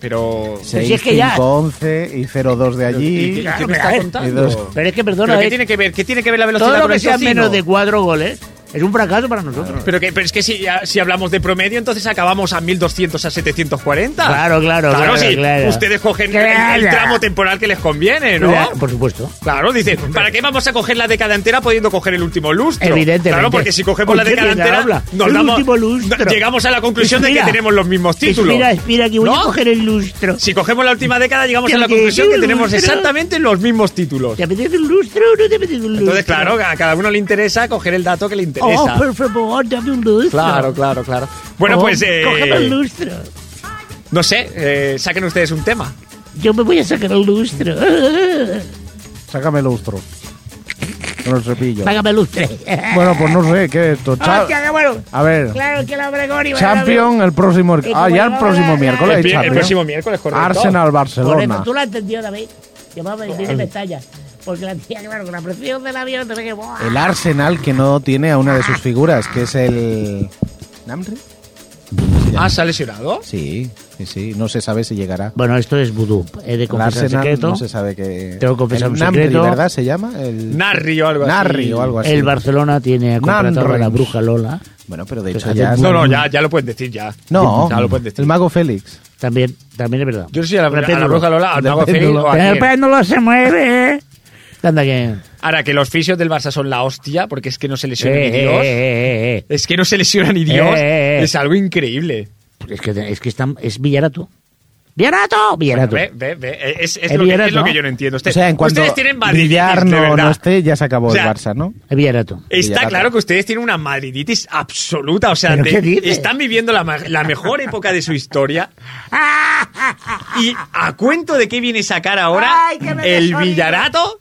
A: Pero...
B: Pero
C: 6,
B: si es que ya-
C: 5, 11 y 0, 2 de
A: ¿Y, qué-
C: allí.
A: qué
B: claro,
A: me
B: pero a
A: está
B: ver,
A: contando?
C: y dos-
B: Pero es que,
A: ¿Pero
B: perdona,
A: qué
B: eh,
A: tiene que ver? ¿Qué tiene que ver la velocidad
B: todo lo
A: con
B: que
A: el
B: sea
A: tocino?
B: menos de 4 goles Es un fracaso para nosotros.
A: Pero, que, pero es que si, ya- si hablamos de promedio, entonces acabamos a 1200 a 740.
B: Claro, claro, claro,
A: sí.
B: claro.
A: Ustedes cogen el- el,
B: Claro.
A: tramo temporal que les conviene, ¿no?
B: Claro, Por supuesto.
A: Claro, dice, ¿para qué vamos a coger la década entera pudiendo coger el último lustro?
B: Evidentemente.
A: Claro, porque si cogemos la
B: Oye,
A: década
B: ¿quién
A: entera,
B: habla?
A: nos
B: El
A: damos-
B: último lustro.
A: llegamos a la conclusión de
B: Espera.
A: que tenemos los mismos títulos.
B: Espera, espera, que voy
A: ¿No?
B: a coger el lustro.
A: Si cogemos la última década, llegamos a la
B: Porque
A: conclusión
B: yo
A: que tenemos
B: lustro.
A: exactamente los mismos títulos.
B: ¿Te apetece un lustro o no te apetece un lustro?
A: Entonces, claro, a cada uno le interesa coger el dato que le
B: Oh,
A: interesa.
B: por favor, dame un lustro.
A: Claro, claro, claro. Bueno,
B: Oh,
A: pues, eh,
B: Cógeme el lustro.
A: no sé, eh, saquen ustedes un tema.
B: Yo me voy a sacar el lustro.
C: Sácame el lustro. Con el cepillo.
B: Págame el lustre.
C: Bueno, pues no sé, ¿qué es esto? Cha-
B: Hostia, qué bueno.
C: A ver,
B: Claro que la Obregón iba a ganar.
C: Champion el próximo.
B: que
C: Ah,
B: como
C: ya
B: no
C: el próximo
B: la- la-
C: miércoles.
A: El,
C: hay
A: pi- el
C: Champions.
A: próximo miércoles, correcto.
C: Arsenal
B: Correcto,
C: Barcelona.
B: tú la has entendido, David. Llamaba y me Mestalla. Porque la tía, claro, con la presión del avión, te ve que. ¡buah!
C: El Arsenal que no tiene a una de sus figuras, que es el. ¿Namri?
A: Ah, ¿se ha lesionado?
C: Sí, sí, sí. No se sabe si llegará.
B: Bueno, esto es vudú. He de
C: El
B: confesar
C: Arsenal
B: secreto.
C: no se sabe que.
B: Tengo que confesar
C: el
B: un
C: Namri,
B: secreto.
C: ¿verdad? Se llama el.
A: Narri o algo así.
C: Narri o algo así.
B: El Barcelona tiene contratado a la
C: Nanreich.
B: bruja Lola.
C: Bueno, pero de
B: Pues
C: hecho
B: hace
C: ya.
B: muy-
A: No, no, ya, ya lo pueden decir ya.
C: No,
A: ya lo pueden decir.
C: el mago Félix.
B: También, también es verdad.
A: Yo no sé si a la, a la
B: Repéndolo.
A: bruja Lola, al mago Félix o a
B: Pero el
A: quién.
B: péndulo se mueve. Anda que.
A: Ahora, que los fisios del Barça son la hostia, porque es que no se lesionan
B: Eh,
A: ni Dios.
B: eh, eh, eh, eh.
A: Es que no se lesionan ni Dios.
B: Eh, eh, eh.
A: Es algo increíble.
B: Es que es, que están, es Villarato. ¡Villarato! Villarato.
A: Ve, ve, ve. Es, es lo,
B: El
A: que,
B: Villarreal,
A: es lo
B: ¿no?
A: que yo no entiendo. Usted-
C: o sea, en cuanto
A: ustedes tienen
C: Villar
A: madriditis, de
C: no,
A: verdad.
C: no esté, ya se acabó
A: O sea,
C: el Barça, ¿no?
B: Es Villarato.
A: Está
C: Villarreal.
A: claro que ustedes tienen una madriditis absoluta. O sea,
B: ¿Pero
A: de-
B: qué dices?
A: están viviendo la, ma- la mejor época de su historia. ¿Y a cuento de qué viene a sacar ahora
B: Ay, que me
A: el
B: dejó
A: Villarato?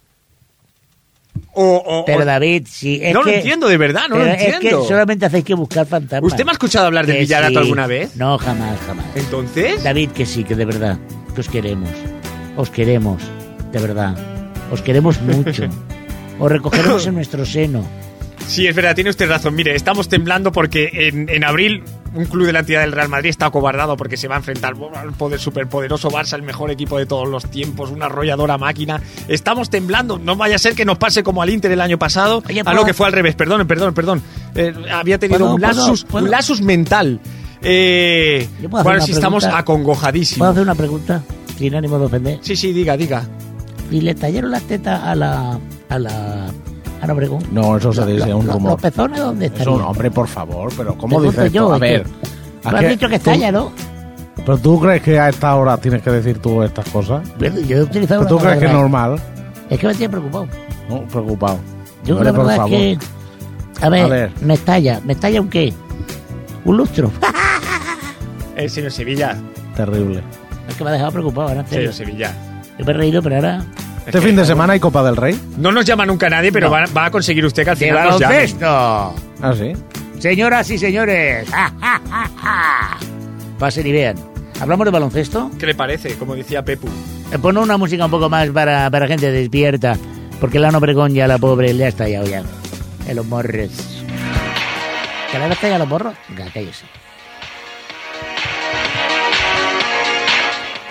A: O, o- o-
B: Pero David, sí. Es
A: no lo
B: que-
A: entiendo, de verdad, no lo
B: pero Es
A: entiendo.
B: que solamente hacéis que buscar fantasmas.
A: ¿Usted me ha escuchado hablar del
B: Que
A: Villarato
B: sí.
A: alguna vez?
B: No, jamás, jamás.
A: Entonces,
B: David, que sí, que de verdad, que os queremos. Os queremos, de verdad. Os queremos mucho. Os recogeremos en nuestro seno.
A: sí, es verdad, tiene usted razón. Mire, estamos temblando porque en, en abril un club de la entidad del Real Madrid está acobardado porque se va a enfrentar al poder superpoderoso Barça, el mejor equipo de todos los tiempos, una arrolladora máquina. Estamos temblando, no vaya a ser que nos pase como al Inter el año pasado,
B: Oye,
A: a
B: ¿puedo?
A: lo que fue al revés, perdón, perdón, perdón. Eh, había tenido
B: ¿Puedo,
A: un
B: puedo,
A: lapsus,
B: puedo?
A: un lapsus mental. Eh,
B: ¿Yo puedo hacer
A: bueno,
B: una
A: sí estamos
B: pregunta? ¿Puedo
A: acongojadísimos.
B: hacer una pregunta? Sin ánimo de ofender.
A: Sí, sí, diga, diga.
B: ¿Y le tallaron las tetas a la. a la. a la Obregón?
C: No, eso
B: Lo-
C: sería
B: lo-
C: un
B: lo-
C: rumor.
B: ¿Los pezones dónde están?
C: Eso, no, hombre, por favor, pero ¿cómo
B: Te
C: dices
B: cuento
C: esto?
B: yo,
C: A
B: es
C: ver.
B: que-
C: ¿a
B: Tú has
C: qué-
B: dicho que
C: tú-
B: estalla, ¿no?
C: ¿Pero tú crees que a esta hora tienes que decir tú estas cosas?
B: Bueno, Yo he utilizado una
C: ¿Pero tú crees que es
B: palabra-
C: normal?
B: Es que me estoy preocupado.
C: No, preocupado.
B: Yo
C: Hombre,
B: la
C: por
B: verdad
C: favor.
B: es que. A ver,
C: A ver.
B: me estalla. ¿Me estalla un qué? Un lustro.
A: El Eh, señor Sevilla,
C: Terrible.
B: es que me ha dejado preocupado ahora. en serio.
A: señor Sevilla.
B: Yo me he reído, pero ahora.
C: Este fin de semana hay Copa del Rey.
A: No nos llama nunca nadie, pero
B: No.
A: va, va a conseguir usted que al
B: ¡De
A: final nos llame.
B: baloncesto!
C: Ah, sí.
B: Señoras y señores. ¡Ja, ja, ja, ja! Pasen y vean. ¿Hablamos de baloncesto?
A: ¿Qué le parece? Como decía Pepu.
B: Eh, Pon una música un poco más para, para gente despierta. Porque la Obregón ya la pobre le ha estallado ya. En los morres. ¿Que le ha estallado los morros? Venga, cállese.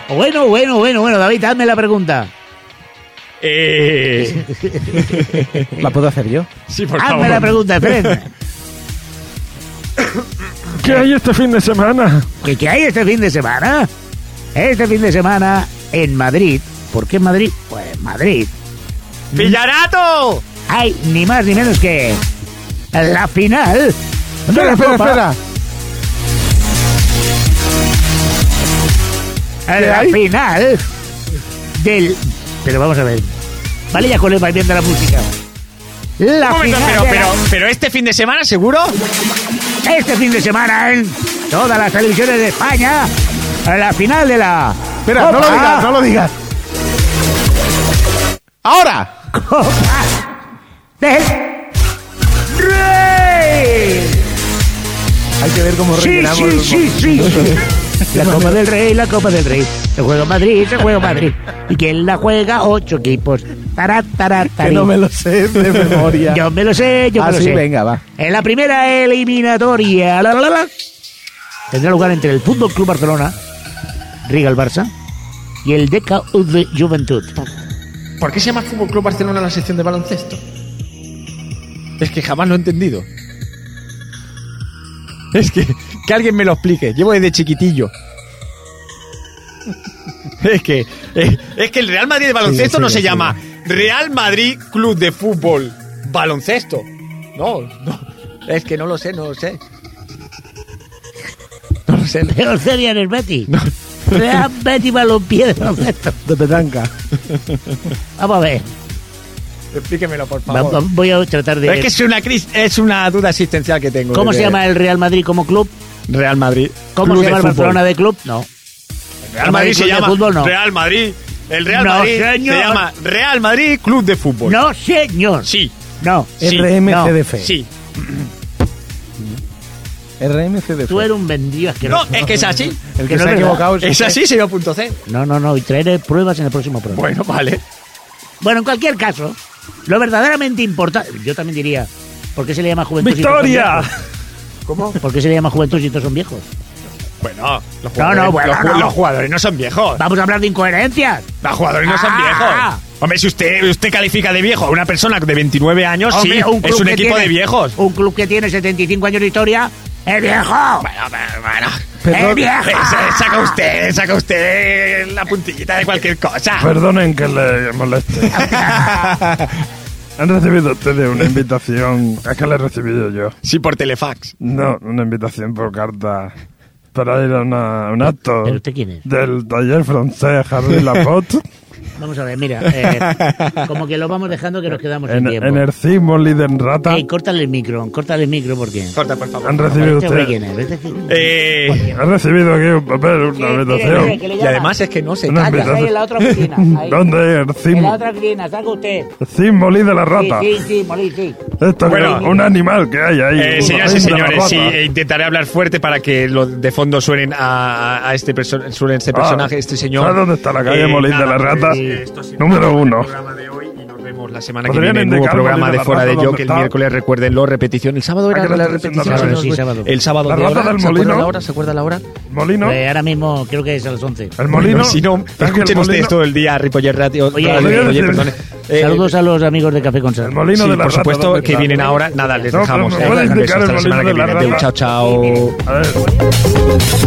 B: Bueno, bueno, bueno, bueno, David, hazme la pregunta.
A: Eh,
C: ¿La puedo hacer yo?
A: sí, por
B: hazme
A: favor.
B: Ah, la pregunta, Fred.
C: ¿Qué hay este fin de semana?
B: ¿Qué, qué hay este fin de semana? Este fin de semana en Madrid. ¿Por qué en Madrid? Pues en Madrid.
A: ¡Villarato!
B: Hay ni más ni menos que la final. de la
C: Espera, espera,
B: Copa.
C: espera.
B: a la
C: hay?
B: final del. Pero vamos a ver. Vale, ya con el baile de la música. La
A: Un momento,
B: final.
A: pero,
B: de
A: pero,
B: la-
A: pero este fin de semana, ¿seguro?
B: Este fin de semana en todas las televisiones de España. A la final de la.
C: Espera, no lo
B: Copa-
C: digas, no lo digas. ¡Ahora!
B: Copa del Rey.
C: Hay que ver cómo
B: Sí,
C: rellenamos
B: sí,
C: el-
B: sí, sí, sí. La Copa del Rey, la Copa del Rey. Se juega en Madrid, se juega en Madrid. Y quien la juega, ocho equipos. Tará, tará,
C: Que
B: tarí.
C: no me lo sé de memoria.
B: Yo me lo sé, yo
C: ah,
B: me lo
C: sí,
B: sé.
C: venga, va.
B: En la primera eliminatoria la, la, la, la, tendrá lugar entre el Fútbol Club Barcelona, Riga el Barça y el Deca de Juventud.
A: ¿Por qué se llama Fútbol Club Barcelona la sección de baloncesto? Es que jamás lo he entendido. Es que, que alguien me lo explique. Llevo desde chiquitillo. Es que, eh, es que el Real Madrid de baloncesto
E: Sigue,
A: no se
E: sigue, sigue.
A: llama Real Madrid Club de Fútbol Baloncesto. No, no. Es que no lo sé, no lo sé. No lo sé.
C: Pero sería en el Betis. Real Betis Balompié de baloncesto.
E: De petanca.
C: Vamos a ver.
A: Explíquemelo, por
B: Va-
A: favor.
B: va- voy a tratar de...
A: Es que es una, cris- es una duda existencial que tengo.
B: ¿Cómo
A: de-
B: se llama el Real Madrid como club?
A: Real Madrid?
B: ¿Cómo
A: Club
B: se llama el
A: de Fútbol.
B: Barcelona de club? No.
A: Real Madrid se
B: Club de
A: llama
B: Fútbol, no.
A: Real Madrid. El Real
B: No,
A: Madrid
B: señor.
A: se llama Real Madrid Club de Fútbol.
B: No, señor.
A: Sí,
B: No.
A: Sí.
E: RMCDF.
A: sí.
E: RMCDF.
B: Tú eres un vendido
A: No,
B: asqueroso.
A: es que es así. Pues,
E: El
B: que
E: que
B: no
E: se ha
B: es
E: equivocado es
A: Es
E: usted.
A: así, señor punto C.
B: No, no, no. Y traeré pruebas en el próximo programa.
A: Bueno, vale.
B: Bueno, en cualquier caso, lo verdaderamente importante, yo también diría, ¿por qué se le llama juventud
A: ¡Victoria!
B: si todos son viejos? ¿Por qué se le llama juventud si todos son viejos?
A: Bueno, los
B: No,
A: jugadores,
B: no, bueno,
A: los, ju-
B: no.
A: los jugadores no son viejos.
B: Vamos a hablar de incoherencias.
A: Los jugadores no son
B: Ah.
A: viejos. Hombre, si usted, usted califica de viejo a una persona de 29 años,
B: Hombre,
A: sí, es
B: club
A: un
B: que
A: equipo
B: tiene-
A: de viejos.
B: Un club que tiene 75 años de historia es viejo.
A: Bueno, bueno, bueno.
B: es
E: Perdón.
B: viejo.
A: Eh, sa- Saca usted, saca usted la puntillita de cualquier cosa.
E: Perdonen que le moleste. Han recibido ustedes una invitación. Es que la he recibido yo.
A: Sí, por telefax.
E: No, una invitación por carta para ir a una- un acto
B: ¿Pero usted quién es?
E: del taller francés Harry Laporte
B: Vamos a ver, mira, eh, como que lo vamos dejando que nos quedamos en,
E: en,
B: tiempo.
E: en el Cimo Lidenrata.
B: Ey, córtale el micro, córtale el micro porque...
A: Corta, por favor.
E: Han recibido
B: Este güey
E: ustedes.
B: quién es, este quién es.
A: Eh,
E: Han recibido aquí un papel, una
B: Sí, mire, mire, que
E: invitación.
B: le
A: y
B: llama.
A: además es que no se
E: Una
A: calla.
B: Ahí en la otra oficina. ahí.
E: ¿Dónde es el
B: En la
E: Cimo?
B: otra oficina, salga usted.
E: Cimo de la
B: Sí,
E: Rata.
B: sí, sí, Molí, sí.
E: Esto
A: Bueno.
E: es un animal que hay ahí.
A: Eh,
E: un
A: señoras y
E: rey de la
A: señores,
E: rata.
A: sí, eh, intentaré hablar fuerte para que lo de fondo suenen a, a- a este, perso- suene este
E: Ah,
A: personaje, este señor.
E: ¿sabes dónde está la calle Molín de la Rata?
A: pues, eh, esto ha sido
E: Número
A: todo el
E: uno.
A: programa de hoy y nos vemos La semana que
E: Podrían
A: viene, nuevo
E: indicar
A: programa
E: Molín de
A: de
E: la
A: Fuera de
E: Rata,
A: Yo,
E: dónde
A: que el
E: está.
A: miércoles, recuerdenlo, repetición. El sábado
E: Ah,
A: era
E: que
A: la
E: lo estoy diciendo
A: repetición.
B: otra
A: si
B: vez,
A: no
B: sí,
A: me-
B: sábado.
A: El sábado
E: La
A: de
E: Rata
A: hora,
E: del
A: ¿se acuerda
E: Molino.
A: la hora? ¿Se acuerda la hora?
E: Molino.
B: Eh, ahora mismo creo que es a las 11.
E: El molino.
A: Bueno, si no,
E: Ángel
A: escuchen
E: Molino.
A: ustedes todo el día Ripoller Radio.
B: Oye,
A: Radio-
B: oye,
A: Ripoller,
E: oye,
A: perdone. Eh,
B: Saludos a los amigos de Café con Sal.
E: El molino
A: sí,
E: de la
A: por
E: rata,
A: supuesto
E: ¿dónde
A: que
E: está?
A: vienen ahora. Nada, les
E: No, pero
A: dejamos.
E: me
A: eh,
E: puede
A: un beso,
E: indicar el
A: Hasta la semana que
E: molino
A: viene.
E: de la
A: Adeu,
E: rata.
A: Chao, chao.
E: A ver.